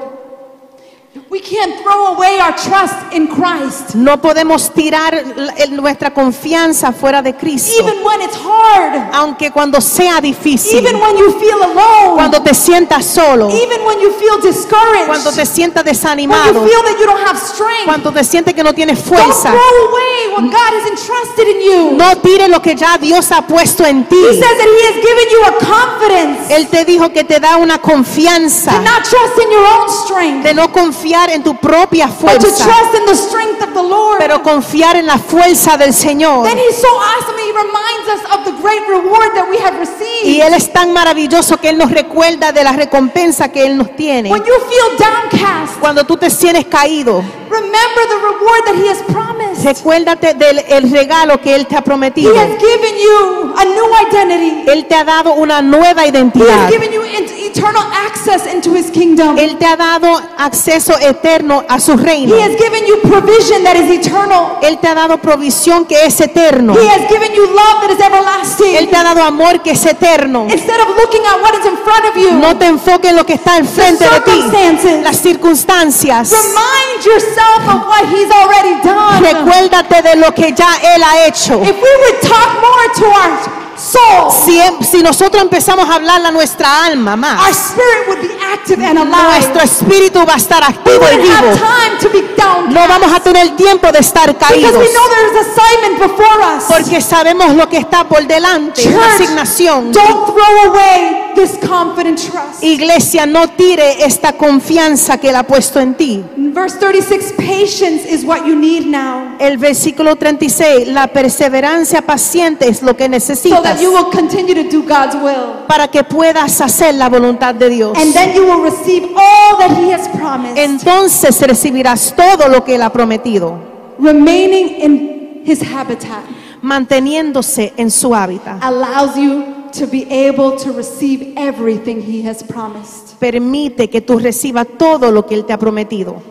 S3: We can't throw away our trust in Christ,
S4: No podemos tirar la- el- nuestra confianza fuera de Cristo.
S3: even when it's hard.
S4: Aunque cuando sea difícil,
S3: Even when you feel alone.
S4: cuando te sientas solo,
S3: even when you feel discouraged.
S4: cuando te sientas
S3: when you
S4: desanimado,
S3: feel that you don't have strength.
S4: cuando te sientes que no tienes
S3: don't
S4: fuerza,
S3: throw away what God has entrusted in you.
S4: no tires lo que ya Dios ha puesto en ti.
S3: He says that He has given you a confidence
S4: Él te dijo que te da una
S3: to
S4: confianza
S3: not trust in your own strength,
S4: de no confiar en tu propia
S3: but to
S4: fuerza,
S3: trust in the strength of the Lord.
S4: pero confiar en la fuerza del Señor.
S3: then He's so awesome that He reminds us of the great reward that we have
S4: Y
S3: received.
S4: Él es tan maravilloso que Él nos recuerda de la recompensa que Él nos tiene.
S3: when you feel downcast,
S4: Cuando tú te sientes caído,
S3: remember the reward that He has promised.
S4: recuérdate del el regalo que Él te ha
S3: He
S4: prometido.
S3: has given you a new identity.
S4: Él te ha dado una nueva
S3: He has
S4: identidad.
S3: given you in- eternal access into his kingdom.
S4: Él te ha dado acceso eterno a su reino.
S3: He has given you provision that is eternal.
S4: Él te ha dado provisión que es eterno.
S3: He has given you love that is
S4: Él
S3: everlasting.
S4: te ha dado amor que es eterno.
S3: Instead of looking at what is in front of you,
S4: No te enfoques en lo que está enfrente de ti,
S3: circumstances.
S4: las circunstancias.
S3: remind yourself of what he's already done.
S4: Recuérdate de lo que ya Él ha hecho.
S3: If we would talk more to our soul,
S4: Si, em- si nosotros empezamos a hablar a nuestra alma más,
S3: our spirit would be active and
S4: nuestro
S3: alive.
S4: espíritu va a estar
S3: We
S4: activo y
S3: wouldn't have
S4: vivo.
S3: time to be down
S4: No vamos a tener tiempo de estar
S3: because
S4: caídos
S3: we know there is assignment before us.
S4: porque sabemos lo que está por delante, una
S3: Church,
S4: asignación.
S3: Don't throw away break this confident trust.
S4: Iglesia, no tire esta confianza que Él ha puesto en ti.
S3: Verse 36 patience is what you need now
S4: El versículo 36, la perseverancia paciente es lo que
S3: so
S4: necesitas
S3: that you will continue to do God's will.
S4: para que puedas hacer la voluntad de Dios.
S3: And then you will receive all that He has promised,
S4: Entonces recibirás todo lo que Él ha prometido,
S3: remaining in His habitat.
S4: manteniéndose en su hábitat.
S3: allows you to be able to receive everything he has promised.
S4: Permite que tú recibas todo lo que Él te ha prometido.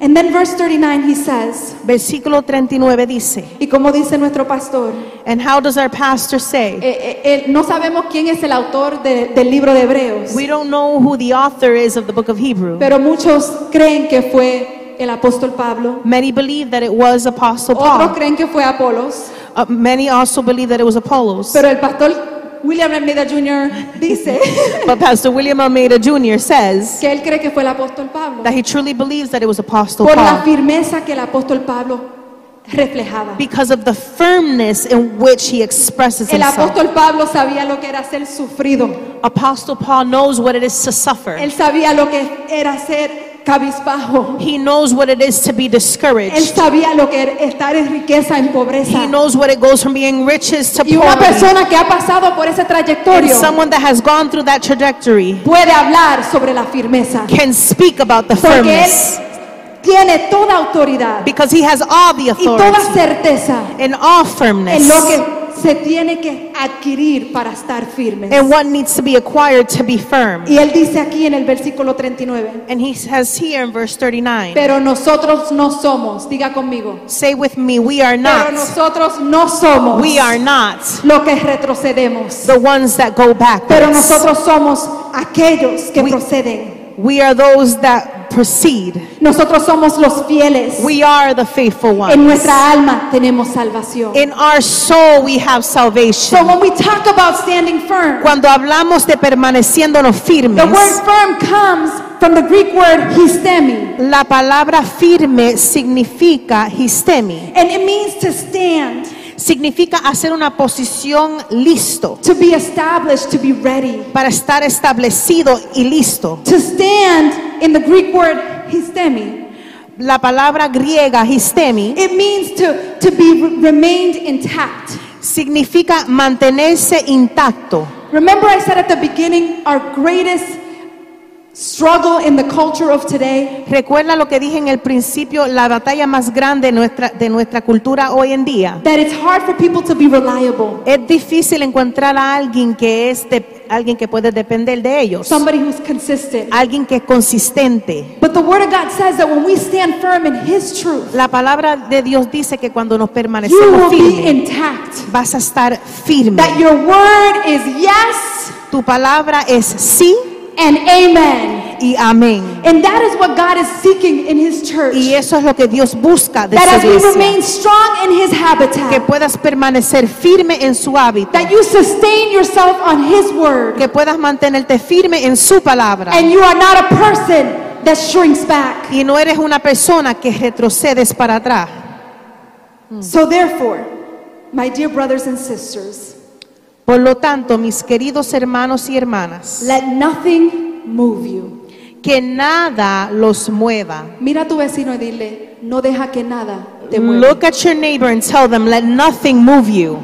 S3: And then verse 39 he says,
S4: Versículo 39 dice,
S3: y como dice nuestro pastor,
S4: And how does our pastor
S3: eh,
S4: say?
S3: eh, eh, no sabemos quién es el autor de- del libro de Hebreos,
S4: We don't know who the author is of the book of Hebrew.
S3: pero muchos creen que fue el apóstol Pablo,
S4: Many believe that it was Apostle
S3: otros
S4: Paul.
S3: creen que fue Apolos,
S4: Uh, many also believe that it was Apollos.
S3: pero el pastor William Almeida Jr. dice
S4: But Pastor William Almeida Jr. says
S3: que él cree que fue el apóstol Pablo
S4: that he truly believes that it was Apostle
S3: por la
S4: Paul
S3: firmeza que el apóstol Pablo reflejaba.
S4: because of the firmness in which he expresses
S3: El
S4: himself.
S3: apóstol Pablo sabía lo que era ser sufrido.
S4: Apostle Paul knows what it is to suffer.
S3: Él sabía lo que era ser cabizbajo.
S4: He knows what it is to be
S3: Él
S4: discouraged.
S3: sabía lo que era estar en riqueza, en pobreza.
S4: He knows what it goes from being riches to
S3: Y una
S4: poverty.
S3: persona que ha pasado por ese
S4: And
S3: trayectorio
S4: someone that has gone through that trajectory
S3: puede hablar sobre la firmeza.
S4: can speak about the
S3: Porque él
S4: firmness
S3: tiene toda autoridad
S4: because he has all the
S3: y toda
S4: authority
S3: certeza
S4: and all
S3: en
S4: firmness
S3: lo que se tiene que adquirir para estar firmes.
S4: and what needs to be acquired to be firm.
S3: Y él dice aquí en el versículo 39,
S4: And he says here in verse 39,
S3: pero nosotros no somos, diga conmigo,
S4: say with me, we are
S3: pero
S4: not,
S3: nosotros no somos
S4: we are not
S3: lo que retrocedemos.
S4: the ones that go
S3: Pero
S4: backwards.
S3: nosotros somos aquellos que
S4: We-
S3: proceden.
S4: We are those that proceed.
S3: Nosotros somos los fieles.
S4: We are the faithful
S3: en
S4: ones.
S3: nuestra alma tenemos salvación.
S4: In our soul we have
S3: so
S4: salvation.
S3: when we talk about standing firm,
S4: Cuando hablamos de permaneciéndonos
S3: the
S4: firmes,
S3: word firm comes from the Greek word histemi.
S4: la palabra firme significa histemi,
S3: And it means to stand,
S4: significa hacer una posición listo.
S3: to be established, to be ready.
S4: para estar establecido y listo.
S3: To stand in the Greek word histemi,
S4: La palabra griega histemi
S3: it means to, to be re- remained intact.
S4: significa mantenerse intacto.
S3: Remember, I said at the beginning, our greatest struggle in the culture of today
S4: Recuerda lo que dije en el principio, la batalla más grande de nuestra, de nuestra cultura hoy en día.
S3: that it's hard for people to be reliable.
S4: Es difícil encontrar a alguien que es de- alguien que puede depender de ellos,
S3: Somebody who's consistent.
S4: alguien que es consistente.
S3: But the Word of God says that when we stand firm in His truth,
S4: La palabra de Dios dice que cuando nos
S3: you will
S4: permanecemos
S3: be
S4: firmes,
S3: intact.
S4: vas a estar firme.
S3: That your word is yes
S4: Tu palabra es sí
S3: and amen.
S4: y amén.
S3: And that is what God is seeking in His church.
S4: Y eso es lo que Dios busca de
S3: That as
S4: su
S3: we
S4: iglesia.
S3: remain strong in His
S4: Que
S3: habitat,
S4: puedas permanecer firme en su hábitat.
S3: that you sustain yourself on His word,
S4: Que puedas mantenerte firme en su palabra.
S3: and you are not a person that shrinks back.
S4: Y no eres una persona que retrocedes para atrás.
S3: So therefore, my dear brothers and sisters,
S4: Por lo tanto, mis queridos hermanos y hermanas,
S3: let nothing move you.
S4: que nada los mueva.
S3: Mira a tu vecino y dile, no deja que nada te mueva.
S4: Look at your neighbor and tell them, let nothing move you.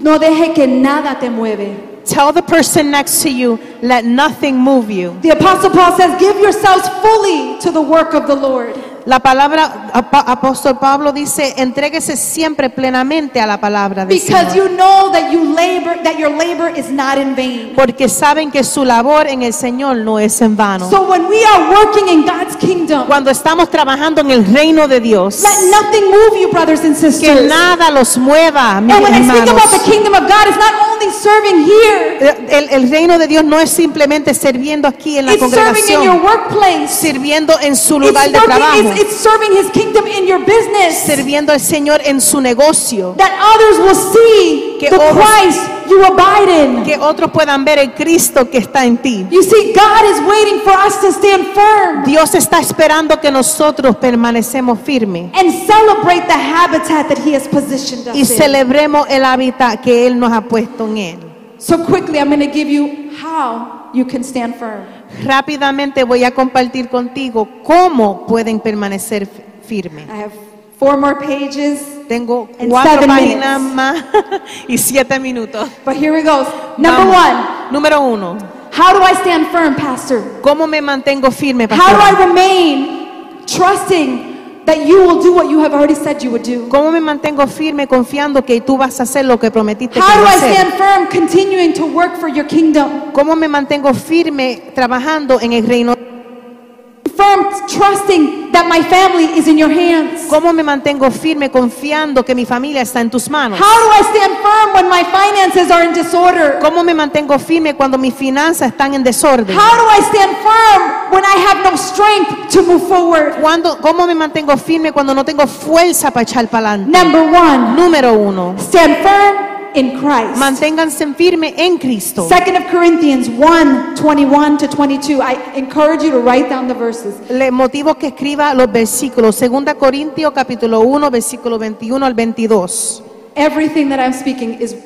S3: No deje que nada te mueve.
S4: Tell the person next to you, let nothing move you.
S3: The apostle Paul says, give yourselves fully to the work of the Lord.
S4: La palabra, ap- apóstol Pablo dice, entréguese siempre plenamente a la palabra de
S3: Because you know that you labor that your labor is not in vain.
S4: porque saben que su labor en el Señor no es en vano.
S3: So when we are working in God's kingdom,
S4: Cuando estamos trabajando en el reino de Dios,
S3: let nothing move you, brothers and
S4: que
S3: sisters.
S4: nada los mueva, mis
S3: And when I speak
S4: hermanos. Eh,
S3: about the kingdom of God, it's not only serving here,
S4: El, el reino de Dios no es simplemente sirviendo aquí en la
S3: it's serving in your
S4: congregación,
S3: workplace.
S4: sirviendo en su
S3: It's,
S4: lugar de
S3: working-
S4: trabajo,
S3: it's- it's serving his kingdom in your business.
S4: sirviendo al Señor en su negocio,
S3: That others will see
S4: Que
S3: the
S4: otros-
S3: Christ you abide in.
S4: que otros puedan ver el Cristo que está en ti.
S3: You see, God is waiting for us to stand firm
S4: Dios está esperando que nosotros permanecemos firmes
S3: and celebrate the habitat that He has positioned us
S4: y
S3: in.
S4: celebremos el hábitat que Él nos ha puesto en Él.
S3: So quickly, I'm going to give you how how you can stand firm.
S4: Rápidamente voy a compartir contigo cómo pueden permanecer fi- firmes.
S3: I have four more pages,
S4: Tengo
S3: And
S4: cuatro
S3: seven
S4: páginas
S3: minutes.
S4: más y siete minutos.
S3: but here we go. Number one,
S4: Vamos. Número uno.
S3: how do I stand firm, Pastor?
S4: ¿Cómo me mantengo firme,
S3: How
S4: pastor?
S3: do I remain trusting that you will do what you have already said you would do?
S4: ¿Cómo me mantengo firme confiando que tú vas a hacer lo que prometiste que
S3: How do
S4: ibas a
S3: I
S4: hacer?
S3: stand firm continuing to work for your kingdom?
S4: ¿Cómo me mantengo firme trabajando en el reino?
S3: Firm trusting that my family is in your hands.
S4: ¿Cómo me mantengo firme confiando que mi familia está en tus manos?
S3: How do I stand firm when my finances are in disorder?
S4: ¿Cómo me mantengo firme cuando mis finanzas están en desorden?
S3: How do I stand firm when I have no strength to move forward?
S4: ¿Cuándo- ¿Cómo me mantengo firme cuando no tengo fuerza para echar para adelante?
S3: Number one,
S4: Número uno,
S3: stand firm in Christ.
S4: manténganse firme en Cristo.
S3: Second of Corinthians 1, 21 to 22. I encourage you to write down the verses.
S4: Le motivo que escriba los versículos. 2 Corintios capítulo 1, versículo 21 al 22.
S3: Everything that I'm speaking is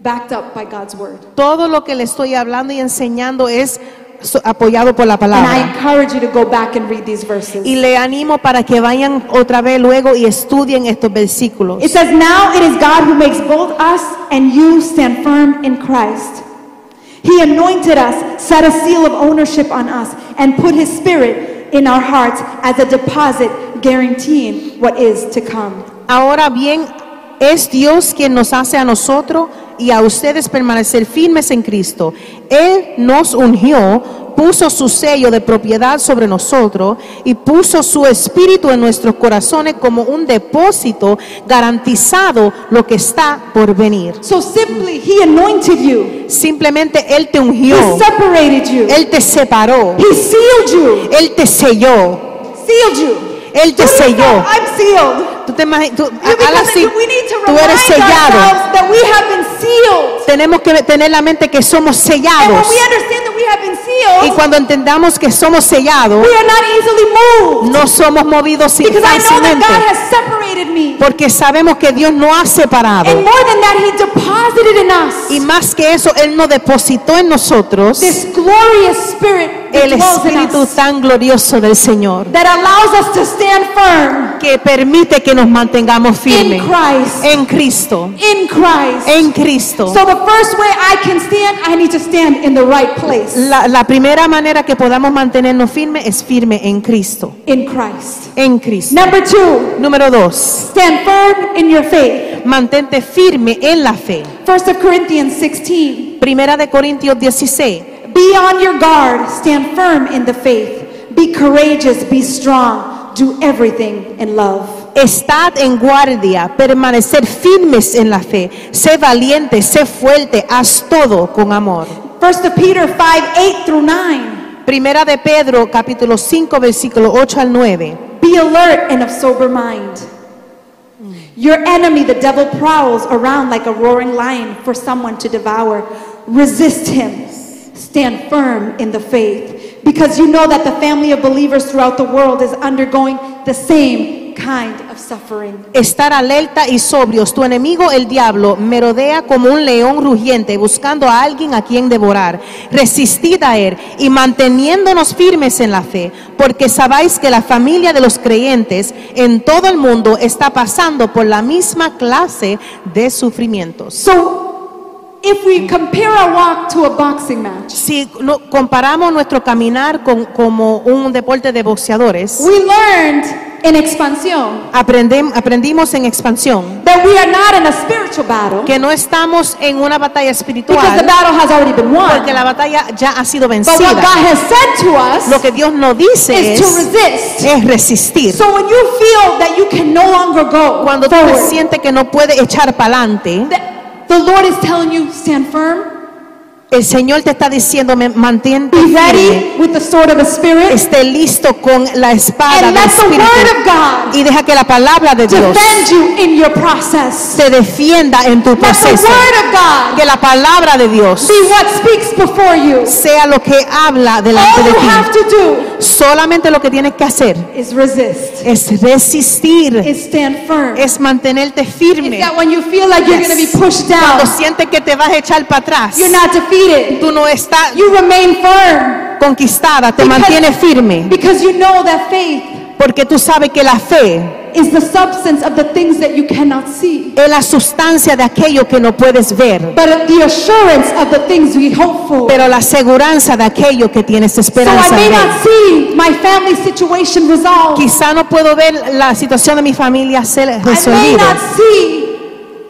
S3: backed up by God's word.
S4: Todo lo que le estoy hablando y enseñando es so- apoyado por la
S3: And I
S4: palabra.
S3: encourage you to go back and read these verses.
S4: Y le animo para que vayan otra vez luego y estudien estos versículos.
S3: It says, Now it is God who makes both us and you stand firm in Christ. He anointed us, set a seal of ownership on us, and put his spirit in our hearts as a deposit guaranteeing what is to come.
S4: Ahora bien, es Dios quien nos hace a nosotros y a ustedes permanecer firmes en Cristo. Él nos ungió, puso su sello de propiedad sobre nosotros y puso su espíritu en nuestros corazones como un depósito garantizado lo que está por venir.
S3: So simply, he anointed you,
S4: Simplemente Él te
S3: he
S4: ungió,
S3: separated you,
S4: Él te separó,
S3: he sealed you,
S4: Él te selló,
S3: sealed you.
S4: Él te
S3: Who do you know?
S4: selló.
S3: I'm sealed.
S4: Tú te imagi- tú-
S3: You
S4: hazla
S3: become-
S4: así,
S3: we need to
S4: tú
S3: remind
S4: eres sellado.
S3: ourselves that we have been sealed.
S4: Tenemos que tener la mente que somos
S3: And
S4: sellados.
S3: when we understand that we have been
S4: Y
S3: sealed,
S4: cuando entendamos que somos sellados,
S3: We are not easily moved
S4: no somos movidos sin-
S3: because I know that
S4: fácilmente.
S3: God has separated me.
S4: Porque sabemos que Dios no ha
S3: And
S4: separado.
S3: more than that, He deposited in
S4: Y
S3: us
S4: más que eso, Él nos depositó en nosotros
S3: this glorious spirit that
S4: el
S3: dwells in
S4: Espíritu
S3: us
S4: tan glorioso del Señor.
S3: that allows us to stand firm
S4: Que permite que nos mantengamos
S3: in
S4: firmes.
S3: Christ.
S4: En Cristo.
S3: In Christ.
S4: En Cristo.
S3: So the first way I can stand, I need to stand in the right place.
S4: La, la primera manera que podamos mantenernos firmes es firme en Cristo.
S3: In Christ.
S4: En Cristo.
S3: Number two,
S4: Número dos.
S3: stand firm in your faith.
S4: Mantente firme en la fe.
S3: First of Corinthians 16.
S4: Primera de Corintios 16.
S3: Be on your guard, stand firm in the faith. Be courageous, be strong, do everything in love.
S4: Estad en guardia, permanecer firmes en la fe. Sé valiente, sé fuerte, haz todo con amor.
S3: First of Peter 5 8 through 9.
S4: Primera de Pedro, capítulo 5, versículo 8 al 9.
S3: Be alert and of sober mind. Your enemy, the devil, prowls around like a roaring lion for someone to devour. Resist him. Stand firm in the faith because you know that the family of believers throughout the world is undergoing the same kind of suffering.
S4: Estar alerta y sobrios. Tu enemigo, el diablo, merodea como un león rugiente, buscando a alguien a quien devorar. Resistid a él y manteniéndonos firmes en la fe, porque sabéis que la familia de los creyentes en todo el mundo está pasando por la misma clase de sufrimientos.
S3: So, if we compare our walk to a boxing match,
S4: Si no- comparamos nuestro caminar con, como un deporte de boxeadores,
S3: we learned in expansión
S4: aprendem- aprendimos en expansión
S3: that we are not in a spiritual battle
S4: que no estamos en una batalla
S3: because the
S4: espiritual
S3: battle has already been won.
S4: porque la batalla ya ha sido
S3: But what God
S4: vencida.
S3: has said to us
S4: Lo que Dios nos dice
S3: is to
S4: es,
S3: resist.
S4: es resistir.
S3: So, when you feel that you can no longer go
S4: Cuando tú te
S3: forward,
S4: sientes que no puedes echar para adelante,
S3: the, the Lord is telling you stand firm,
S4: el Señor te está diciendo, "Me- mantente
S3: be
S4: firme,
S3: ready with the sword of the Spirit,
S4: esté listo con la espada
S3: and
S4: del
S3: let the word of
S4: Espíritu
S3: God
S4: y deja que la palabra de Dios
S3: defend you in your process.
S4: te defienda en tu
S3: Let the
S4: proceso.
S3: word of God
S4: que la palabra de Dios
S3: be what speaks before you.
S4: sea lo que habla delante
S3: All
S4: de
S3: Oh, you have
S4: ti.
S3: to do
S4: Solamente lo que tienes que hacer
S3: is resist,
S4: es resistir,
S3: is stand firm. Is
S4: es mantenerte firme.
S3: that when you feel like you're
S4: Yes.
S3: going to be pushed
S4: Cuando
S3: down,
S4: sientes que te vas a echar para atrás,
S3: you're not defeated.
S4: Tú no estás
S3: You remain firm
S4: conquistada, te
S3: Because-
S4: mantienes firme,
S3: because you know that faith
S4: porque tú sabes que la fe
S3: is the substance of the things that you cannot see,
S4: es la sustancia de aquello que no puedes ver,
S3: but the assurance of the things we hope for.
S4: pero la seguridad de aquello que tienes
S3: So I
S4: esperanza.
S3: may
S4: en ver.
S3: not see my family situation resolved.
S4: Quizá no puedo ver la situación de mi familia ser
S3: I may
S4: resolvida.
S3: not see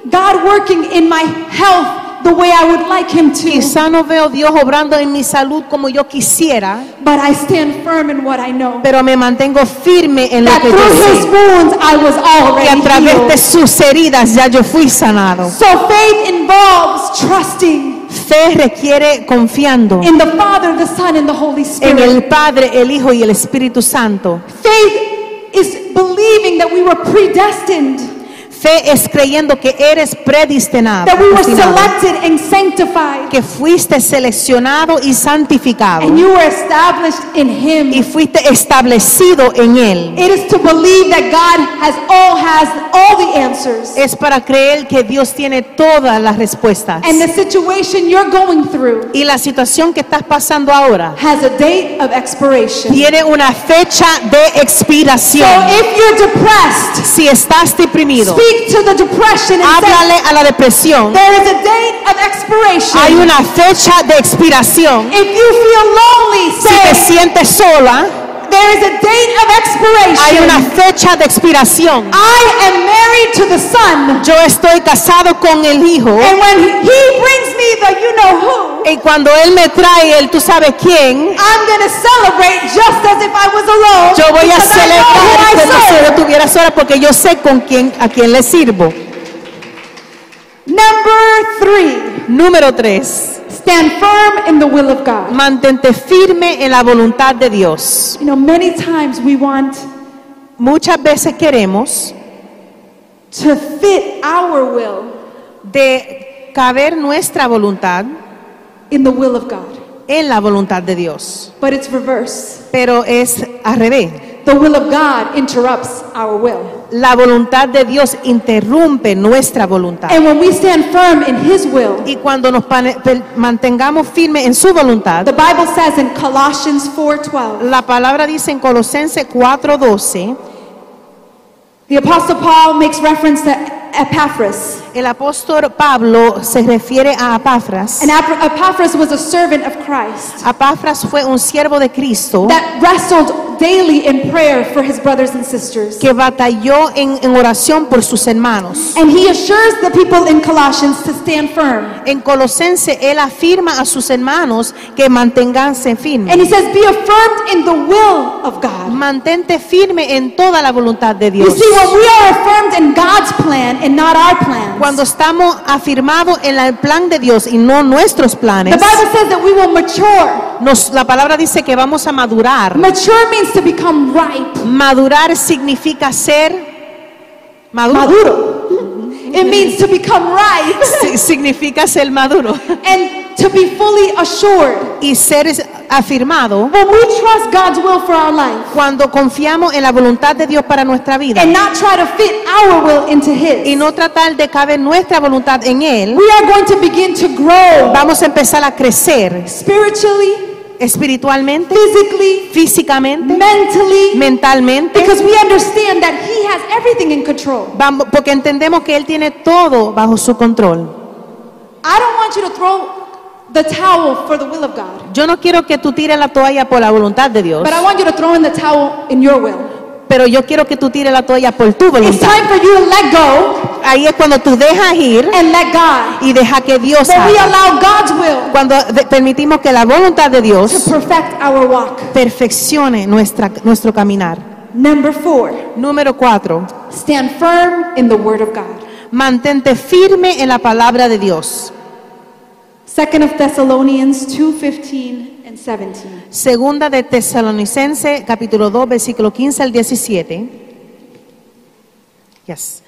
S3: God working in my health the way I would like Him to,
S4: Quizá no veo a Dios obrando en mi salud como yo quisiera,
S3: but I stand firm in what I know.
S4: pero me mantengo firme en lo
S3: That
S4: que yo
S3: through His
S4: sé.
S3: wounds I was
S4: Y a
S3: already
S4: través de
S3: healed.
S4: sus heridas ya yo fui sanado.
S3: So faith involves trusting
S4: Fe requiere confiando
S3: in the Father, the Son, and the Holy
S4: en
S3: Spirit.
S4: el Padre, el Hijo y el Espíritu Santo.
S3: Faith is believing that we were predestined,
S4: Fe es creyendo que eres predestinado,
S3: that we were
S4: destinado,
S3: selected and sanctified,
S4: que fuiste seleccionado y santificado
S3: and you were established in Him.
S4: y fuiste establecido en él.
S3: It is to believe that God has all has all the answers.
S4: Es para creer que Dios tiene todas las respuestas.
S3: And the situation you're going through
S4: Y la situación que estás pasando ahora
S3: has a date of expiration.
S4: tiene una fecha de
S3: So
S4: expiración.
S3: if you're depressed,
S4: Si estás deprimido,
S3: speak to the depression and say,
S4: háblale a la depresión.
S3: there is a date of
S4: Hay
S3: expiration.
S4: una fecha de expiración.
S3: If you feel lonely,
S4: Si te
S3: say,
S4: sientes sola,
S3: there is a date of
S4: hay una
S3: expiration.
S4: fecha de expiración.
S3: I am married to the Son.
S4: Yo estoy casado con el hijo
S3: And when he, he brings me the you know who,
S4: y cuando él me trae el tú sabes quién,
S3: I'm going to celebrate just as if I was alone.
S4: yo voy a
S3: because I know who I
S4: celebrar como si
S3: serve.
S4: yo tuviera sola porque yo sé con quién a quién le sirvo.
S3: Number three.
S4: Número tres,
S3: Stand firm in the will of God.
S4: mantente firme en la voluntad de Dios.
S3: You know, many times we want
S4: Muchas veces queremos
S3: to fit our will
S4: de caber nuestra voluntad
S3: in the will of God,
S4: en la voluntad de Dios,
S3: but it's reverse.
S4: pero es al revés.
S3: The will of God interrupts our will.
S4: La voluntad de Dios interrumpe nuestra voluntad.
S3: And when we stand firm in His will,
S4: Y cuando nos pane- pel- mantengamos firmes en su voluntad,
S3: the Bible says in Colossians 4:12,
S4: La palabra dice en Colosenses 4:12,
S3: the Apostle Paul makes reference to Epaphras.
S4: el apóstol Pablo se refiere a Apafras.
S3: And Ap- Epaphras was a servant of Christ
S4: Apafras fue un siervo de Cristo
S3: that wrestled daily in prayer for his brothers and sisters.
S4: que batalló en, en oración por sus hermanos.
S3: And he assures the people in Colossians to stand firm.
S4: En Colosenses él afirma a sus hermanos que manténganse firmes.
S3: And he says, be affirmed in the will of God.
S4: Mantente firme en toda la voluntad de
S3: You
S4: Dios.
S3: see, when we are affirmed in God's plan and not our plans,
S4: Cuando estamos afirmados en la- el plan de Dios y no nuestros
S3: the
S4: planes,
S3: Bible says that we will mature.
S4: nos- la palabra dice que vamos a madurar.
S3: Mature means to become ripe,
S4: Madurar significa ser maduro.
S3: maduro. It means to become ripe
S4: Si- Significa ser maduro
S3: and to be fully assured.
S4: y ser es- afirmado
S3: When we trust God's will for our life
S4: cuando confiamos en la voluntad de Dios para nuestra vida
S3: and not try to fit our will into
S4: y
S3: His,
S4: no tratar de caber nuestra voluntad en Él,
S3: we are going to begin to grow
S4: vamos a empezar a crecer
S3: spiritually,
S4: espiritualmente,
S3: physically,
S4: físicamente,
S3: mentally,
S4: mentalmente,
S3: because we understand that He has everything in control.
S4: vamos- porque entendemos que Él tiene todo bajo su control.
S3: I don't want you to throw the towel for the will of God,
S4: Yo no quiero que tú tires la toalla por la voluntad de Dios,
S3: but I want you to throw in the towel in your will.
S4: pero yo quiero que tú tires la toalla por tu
S3: It's
S4: voluntad.
S3: time for you to let go
S4: Ahí es cuando tú dejas ir
S3: and let God.
S4: y deja que Dios
S3: But we
S4: haga.
S3: allow God's will
S4: Cuando de- permitimos que la voluntad de
S3: to
S4: Dios
S3: perfect our walk.
S4: perfeccione nuestra, nuestro caminar.
S3: Number four,
S4: Número cuatro,
S3: stand firm in the Word of God.
S4: mantente firme en la palabra de Dios.
S3: Second of Thessalonians 2 15 and 17.
S4: Segunda de Tesalonicense, capítulo 2, versículo 15 al 17. Yes.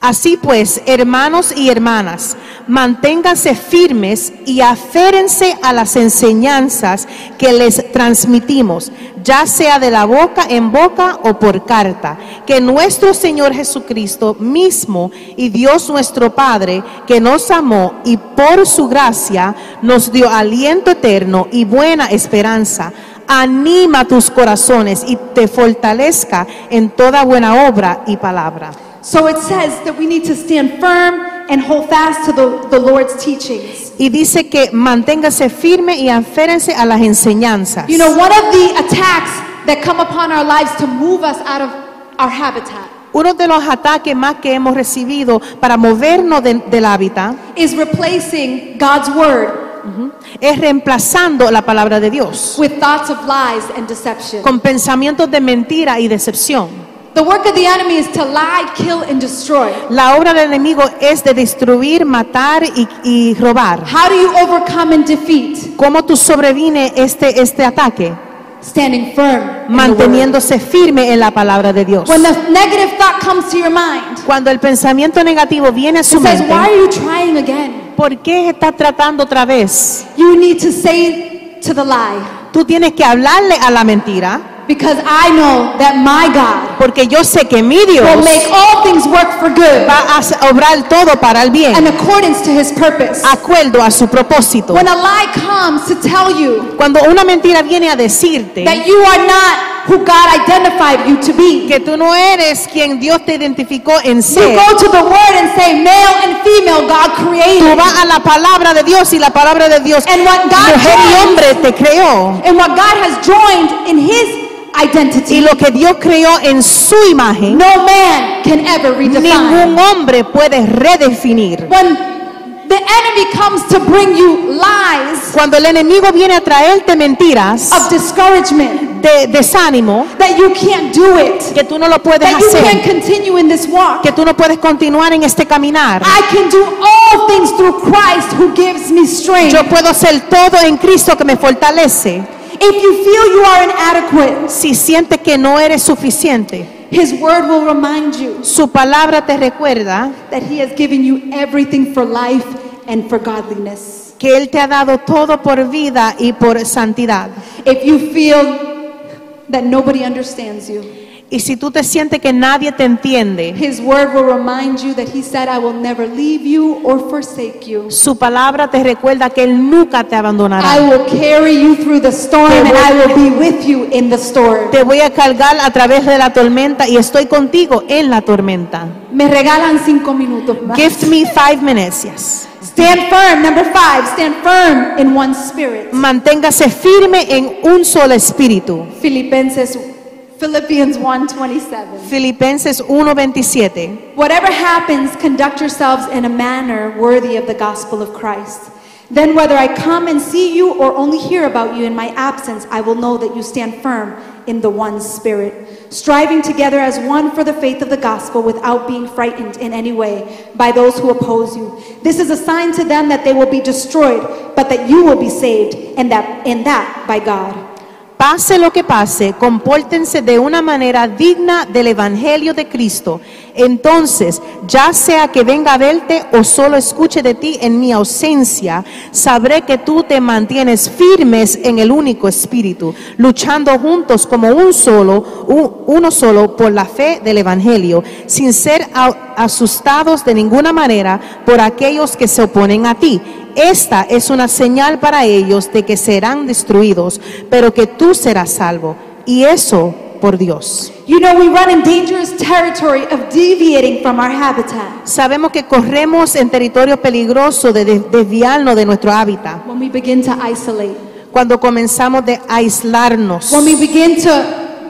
S4: Así pues, hermanos y hermanas, manténganse firmes y aférense a las enseñanzas que les transmitimos, ya sea de la boca en boca o por carta, que nuestro Señor Jesucristo mismo y Dios nuestro Padre, que nos amó y por su gracia nos dio aliento eterno y buena esperanza, anima tus corazones y te fortalezca en toda buena obra y palabra.
S3: So it says that we need to stand firm and hold fast to the, the Lord's teachings.
S4: Y dice que manténgase firme y aférense a las enseñanzas.
S3: You know, one of the attacks that come upon our lives to move us out of our habitat
S4: Uno de los ataques más que hemos recibido para movernos de- del hábitat
S3: is replacing God's word
S4: es reemplazando la palabra de Dios
S3: with thoughts of lies and deception.
S4: con pensamientos de mentira y decepción.
S3: The work of the enemy is to lie, kill, and destroy.
S4: La obra del enemigo es de destruir, matar y, y robar.
S3: How do you overcome and defeat?
S4: ¿Cómo tú sobrevine este, este ataque?
S3: Standing firm. in the word.
S4: Manteniéndose firme en la palabra de Dios.
S3: When the negative thought comes to your mind,
S4: Cuando el pensamiento negativo viene a
S3: it
S4: su
S3: says, Why
S4: mente,
S3: are you trying again?
S4: ¿por qué estás tratando otra vez?
S3: You need to say to the lie,
S4: Tú tienes que hablarle a la mentira,
S3: Because I know that my God
S4: porque yo sé que mi Dios
S3: will make all things work for good
S4: va a hacer- obrar todo para el
S3: in
S4: bien,
S3: accordance to his purpose.
S4: acuerdo a su propósito.
S3: When a lie comes to tell you
S4: Cuando una mentira viene a decirte
S3: that you are not who God identified you to be,
S4: que tú no eres quien Dios te identificó en
S3: you
S4: ser,
S3: go to the word and say, Male and female, God
S4: tú
S3: created.
S4: vas a la palabra de Dios y la palabra de Dios,
S3: And what God
S4: mujer y
S3: joins-
S4: hombre, te creó.
S3: And what God has joined in his
S4: Y
S3: identity,
S4: lo que Dios creó en su imagen,
S3: no man can ever redefine.
S4: ningún hombre puede redefinir.
S3: When the enemy comes to bring you lies
S4: Cuando el enemigo viene a traerte mentiras
S3: of discouragement,
S4: de desánimo,
S3: that you can't do it,
S4: que tú no lo puedes
S3: that you can't
S4: hacer,
S3: continue in this walk.
S4: que tú no puedes continuar en este caminar.
S3: I can do all things through Christ who gives me strength.
S4: Yo puedo hacer todo en Cristo que me fortalece.
S3: If you feel you are inadequate,
S4: Si sientes que no eres suficiente,
S3: His word will remind you
S4: su palabra te recuerda
S3: that He has given you everything for life and for godliness.
S4: que Él te ha dado todo por vida y por santidad.
S3: If you feel that nobody understands you,
S4: Y si tú te sientes que nadie te entiende,
S3: His word will remind you that He said, I will never leave you or forsake you.
S4: su palabra te recuerda que Él nunca te
S3: I
S4: abandonará.
S3: will carry you through the storm
S4: Te
S3: and
S4: voy-
S3: I will be with you in the storm.
S4: Te voy a cargar a través de la tormenta y estoy contigo en la tormenta.
S3: Me regalan cinco minutos más.
S4: Give me five minutes. yes.
S3: Stand firm. Number five, stand firm in one spirit.
S4: Manténgase firme en un solo espíritu.
S3: Filipenses, Philippians 1.27.
S4: Filipenses 1:27.
S3: Whatever happens, conduct yourselves in a manner worthy of the gospel of Christ. Then whether I come and see you or only hear about you in my absence, I will know that you stand firm in the one spirit, striving together as one for the faith of the gospel without being frightened in any way by those who oppose you. This is a sign to them that they will be destroyed, but that you will be saved, and that and that by God.
S4: Pase lo que pase, compórtense de una manera digna del Evangelio de Cristo. Entonces, ya sea que venga a verte o solo escuche de ti en mi ausencia, sabré que tú te mantienes firmes en el único espíritu, luchando juntos como un solo, u- uno solo por la fe del Evangelio, sin ser a- asustados de ninguna manera por aquellos que se oponen a ti. Esta es una señal para ellos de que serán destruidos, pero que tú serás salvo. Y eso por Dios.
S3: You know, we run in dangerous territory of deviating from our habitat.
S4: Sabemos que corremos en territorio peligroso de des- desviarnos de nuestro hábitat
S3: When we begin to isolate,
S4: cuando comenzamos de aislarnos.
S3: when we begin to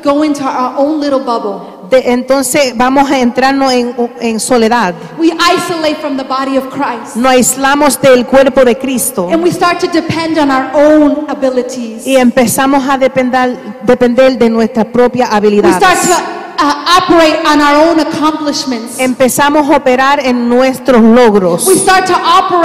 S3: go into our own little bubble,
S4: De- entonces vamos a entrarnos en, en soledad.
S3: we isolate from the body of Christ
S4: Nos aislamos del cuerpo de Cristo
S3: and we start to depend on our own abilities.
S4: y empezamos a depender, depender de nuestra propia
S3: We
S4: habilidad.
S3: start to uh, operate on our own accomplishments.
S4: Empezamos a operar en nuestros logros.
S3: We start to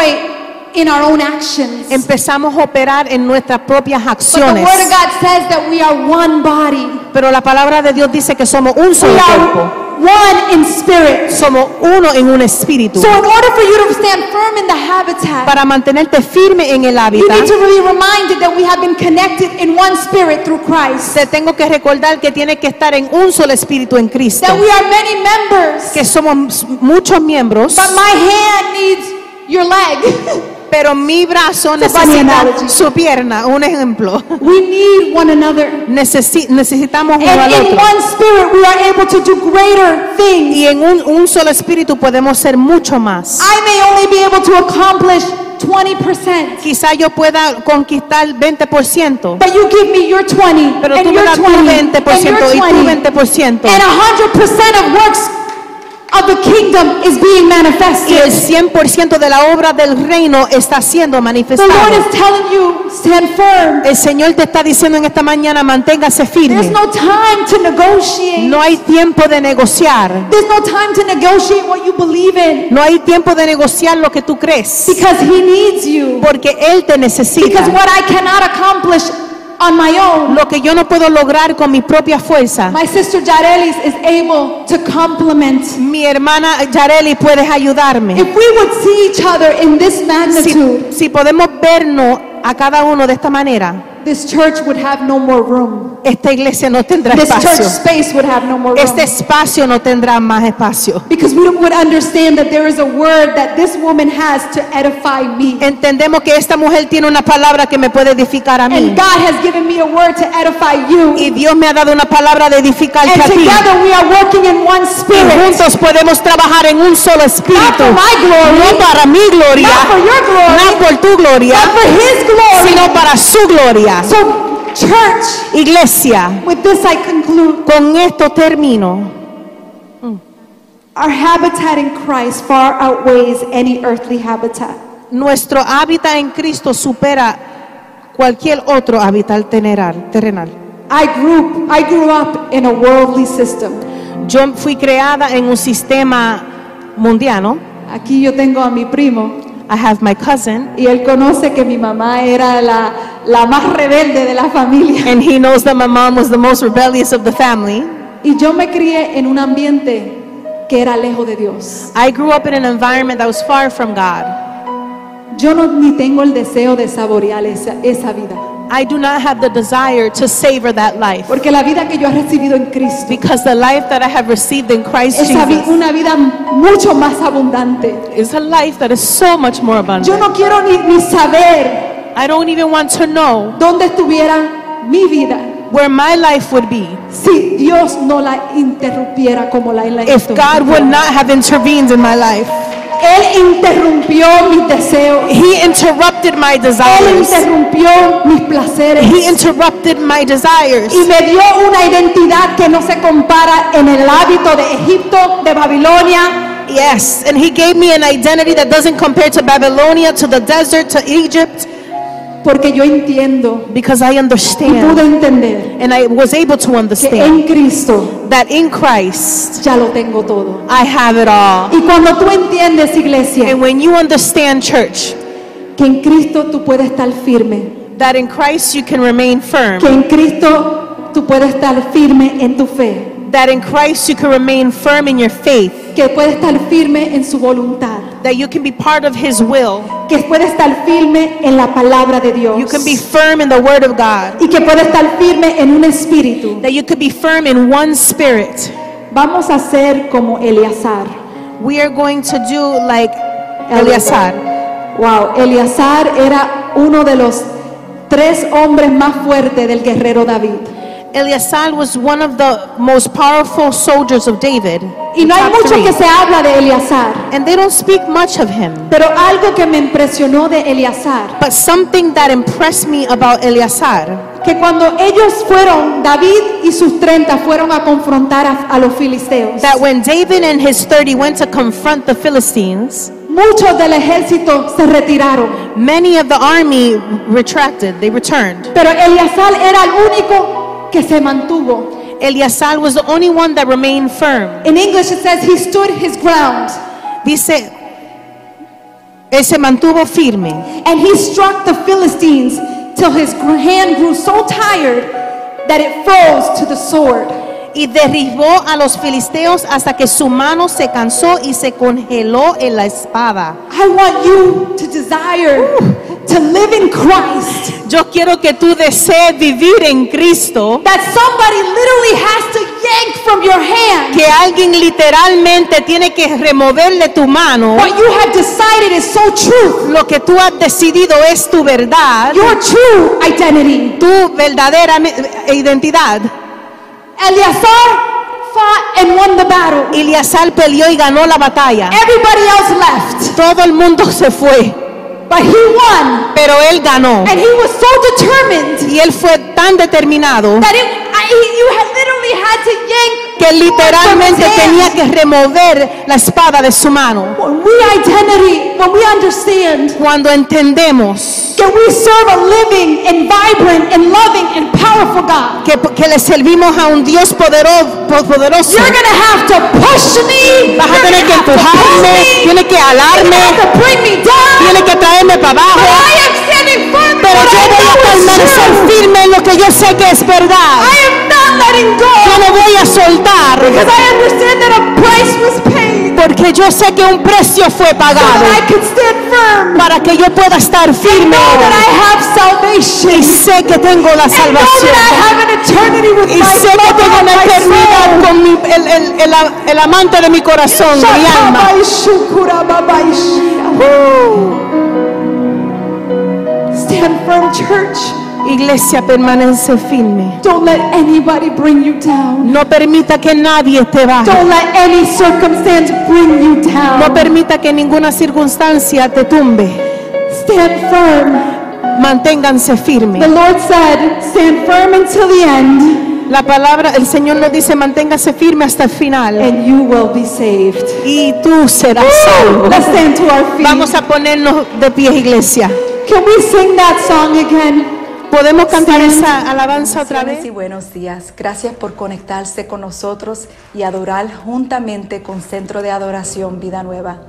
S3: operate in our own actions. But
S4: empezamos a operar en nuestras propias
S3: the Word
S4: acciones.
S3: of God says that we are one body.
S4: Pero la palabra de Dios dice que somos un
S3: We
S4: solo cuerpo.
S3: are one in spirit.
S4: Somos uno en un espíritu.
S3: So, in order for you to stand firm in the habitat,
S4: Para mantenerte firme en el
S3: you
S4: hábitat,
S3: need to be reminded that we have been connected in one spirit through Christ.
S4: te tengo que recordar que tienes que estar en un solo espíritu en Cristo.
S3: That we are many members,
S4: Que somos muchos miembros,
S3: but my hand needs your leg.
S4: pero mi brazo
S3: It's a funny analogy.
S4: necesita su pierna. Un ejemplo.
S3: we need one another.
S4: Necesi- necesitamos uno
S3: And
S4: al
S3: in
S4: otro.
S3: one spirit, we are able to do greater things.
S4: Y en un, un solo espíritu podemos ser mucho más.
S3: I may only be able to accomplish 20%,
S4: Quizá yo pueda conquistar 20%,
S3: but you give me your 20
S4: pero
S3: and
S4: tú me
S3: your
S4: das tu
S3: 20 and your
S4: 20% y tu
S3: 20.
S4: 20%.
S3: And 100% of works of the kingdom is being
S4: Y el
S3: manifested.
S4: 100% de la obra del reino está siendo
S3: The Lord is
S4: manifestada.
S3: telling you, stand firm.
S4: El Señor te está diciendo en esta mañana, manténgase
S3: There's
S4: firme.
S3: no time to negotiate.
S4: No hay tiempo de negociar.
S3: There's no time to negotiate what you believe in
S4: No hay tiempo de negociar lo que tú crees.
S3: because He needs you.
S4: Porque Él te
S3: Because
S4: necesita.
S3: what I cannot accomplish on my own,
S4: Lo que yo no puedo lograr con mis propias fuerzas.
S3: my sister Jarelis is able to complement.
S4: Mi hermana Yareli, puedes ayudarme.
S3: If we would see each other in this magnitude,
S4: Si, si podemos vernos a cada uno de esta manera,
S3: this church would have no more room.
S4: esta iglesia no tendrá
S3: This church
S4: espacio.
S3: space would have no more
S4: Este
S3: room.
S4: espacio no tendrá más espacio.
S3: Because we would understand that there is a word that this woman has to edify me.
S4: Entendemos que esta mujer tiene una palabra que me puede edificar a mí.
S3: And God has given me a word to edify you.
S4: Y Dios me ha dado una palabra de edificarte
S3: And
S4: a ti.
S3: together we are working in one
S4: Y
S3: spirit.
S4: juntos podemos trabajar en un solo
S3: Not
S4: espíritu.
S3: for my
S4: No
S3: glory,
S4: para mi gloria,
S3: not for your
S4: no
S3: glory,
S4: por tu gloria,
S3: but for His glory.
S4: sino para su gloria.
S3: So, church,
S4: Iglesia,
S3: with this I conclude.
S4: con esto termino.
S3: Our habitat in Christ far outweighs any earthly habitat.
S4: Nuestro hábitat en Cristo supera cualquier otro hábitat teneral- terrenal.
S3: I grew, I grew up in a worldly system.
S4: Yo fui creada en un sistema mundiano.
S3: Aquí yo tengo a mi primo
S4: I have my cousin,
S3: y él conoce que mi mamá era la, la más rebelde de la familia.
S4: and he knows that my mom was the most rebellious of the family.
S3: Y yo me crié en un ambiente que era lejos de Dios.
S4: I grew up in an environment that was far from God.
S3: Yo no ni tengo el deseo de saborear esa, esa vida.
S4: I do not have the desire to savor that life
S3: Porque la vida que yo he recibido en Cristo
S4: because the life that I have received in Christ
S3: es sabi-
S4: Jesus
S3: una vida mucho más abundante.
S4: is a life that is so much more
S3: Yo
S4: abundant.
S3: no quiero ni, ni saber
S4: I don't even want to know
S3: dónde estuviera mi vida
S4: where my life would be
S3: si Dios no la interrumpiera como la la
S4: if God would not have intervened in my life.
S3: Él interrumpió mis deseos.
S4: He interrupted my
S3: Él
S4: desires.
S3: interrumpió mis placeres.
S4: He interrupted my desires.
S3: y me dio una identidad que no se compara en el hábito de Egipto, de Babilonia.
S4: Yes, and he gave me an identity that doesn't compare to Babylonia, to the desert, to Egypt,
S3: Porque yo entiendo
S4: because
S3: y
S4: I
S3: pude
S4: understand
S3: entender
S4: and I was able to
S3: que
S4: understand
S3: en Cristo
S4: that in Christ
S3: ya lo tengo todo.
S4: I have it all.
S3: Y cuando tú entiendes, iglesia,
S4: And when you understand, church,
S3: que en Cristo tú puedes estar firme,
S4: that in Christ you can remain firm,
S3: que en Cristo tú puedes estar firme en tu fe,
S4: that in Christ you can remain firm in your faith,
S3: que puedes estar firme en su voluntad,
S4: that you can be part of his will,
S3: que puedes estar firme en la palabra de Dios.
S4: you can be firm in the word of God,
S3: y que puede estar firme en un espíritu.
S4: that you could be firm in one spirit.
S3: Vamos a ser como Eleazar.
S4: We are going to do like Eleazar.
S3: Wow, Eleazar era uno de los tres hombres más fuertes del guerrero David.
S4: Eleazar was one of the most powerful soldiers of David.
S3: Y no hay
S4: Top
S3: mucho
S4: three.
S3: que se habla de Eleazar,
S4: And they don't speak much of him.
S3: pero algo que me impresionó de Eleazar,
S4: But something that impressed me about Eleazar
S3: que cuando ellos fueron, David y sus 30 fueron a confrontar a, a los filisteos,
S4: that when David and his 30 went to confront the Philistines,
S3: muchos del ejército se retiraron,
S4: many of the army retracted, they returned.
S3: pero Eleazar era el único que se mantuvo.
S4: Eleazar was the only one that remained firm.
S3: In English, it says he stood his ground
S4: Dice, él se mantuvo firme
S3: and he struck the Philistines till his gr- hand grew so tired that it froze to the sword.
S4: y derribó a los filisteos hasta que su mano se cansó y se congeló en la espada.
S3: I want you to desire to live in Christ.
S4: Yo quiero que tú desees vivir en Cristo,
S3: That somebody literally has to yank from your hand
S4: que alguien literalmente tiene que removerle tu mano.
S3: what you have decided is so true.
S4: Lo que tú has decidido es tu verdad,
S3: Your true identity.
S4: tu verdadera me- identidad.
S3: Eleazar fought and won the battle.
S4: Eliasal peleó y ganó la batalla.
S3: Everybody else left,
S4: Todo el mundo se fue,
S3: but he won.
S4: pero él ganó.
S3: And he was so determined
S4: Y él fue tan determinado
S3: that it, I, he, you had literally had to yank
S4: que literalmente
S3: from his
S4: tenía
S3: hands.
S4: que remover la espada de su mano.
S3: When we identity, when we understand
S4: Cuando entendemos
S3: that we serve a living and vibrant and loving and powerful God,
S4: que, que le servimos a un Dios podero- po- poderoso,
S3: you're gonna have to push me.
S4: vas a
S3: you're
S4: tener que
S3: gonna have to pull
S4: empujarme,
S3: me.
S4: tiene que
S3: you're
S4: alarme,
S3: gonna have to bring me down.
S4: tiene que traerme para
S3: but
S4: abajo.
S3: I am standing firm. in
S4: Pero
S3: what
S4: yo
S3: I
S4: voy a
S3: know is
S4: permanecer
S3: true.
S4: firme en lo que yo sé que es verdad.
S3: I am not letting go
S4: Yo no voy a
S3: because
S4: soltar
S3: I understand that a price was paid.
S4: porque yo sé que un precio fue
S3: so
S4: pagado
S3: that I can stand firm.
S4: para que yo pueda estar
S3: And
S4: firme
S3: know that I have
S4: y
S3: salvation.
S4: sé que tengo la
S3: And know that I
S4: salvación.
S3: have an eternity with
S4: Y
S3: my
S4: sé que
S3: Father
S4: tengo
S3: and
S4: una
S3: my
S4: eternidad
S3: soul.
S4: con mi- el, el- el a- el amante de mi corazón, de mi alma.
S3: Shakabaishukurababaishi. Woo. Stand firm, church.
S4: Iglesia, permanece firme.
S3: Don't let anybody bring you down.
S4: No permita que nadie te baje.
S3: Don't let any circumstance bring you
S4: No
S3: down.
S4: permita que ninguna circunstancia te tumbe.
S3: Stand firm.
S4: Manténganse
S3: The
S4: firmes.
S3: Lord said, Stand firm until the end,
S4: La palabra, el Señor nos dice, manténgase firme hasta el final.
S3: and you will be saved.
S4: Y tú serás salvo.
S3: Let's stand to our feet.
S4: Vamos a ponernos de pie, iglesia.
S3: Can we sing that song again?
S4: ¿Podemos cantar esa alabanza otra
S5: Bendiciones
S4: vez?
S5: y buenos días. Gracias por conectarse con nosotros y adorar juntamente con Centro de Adoración Vida Nueva.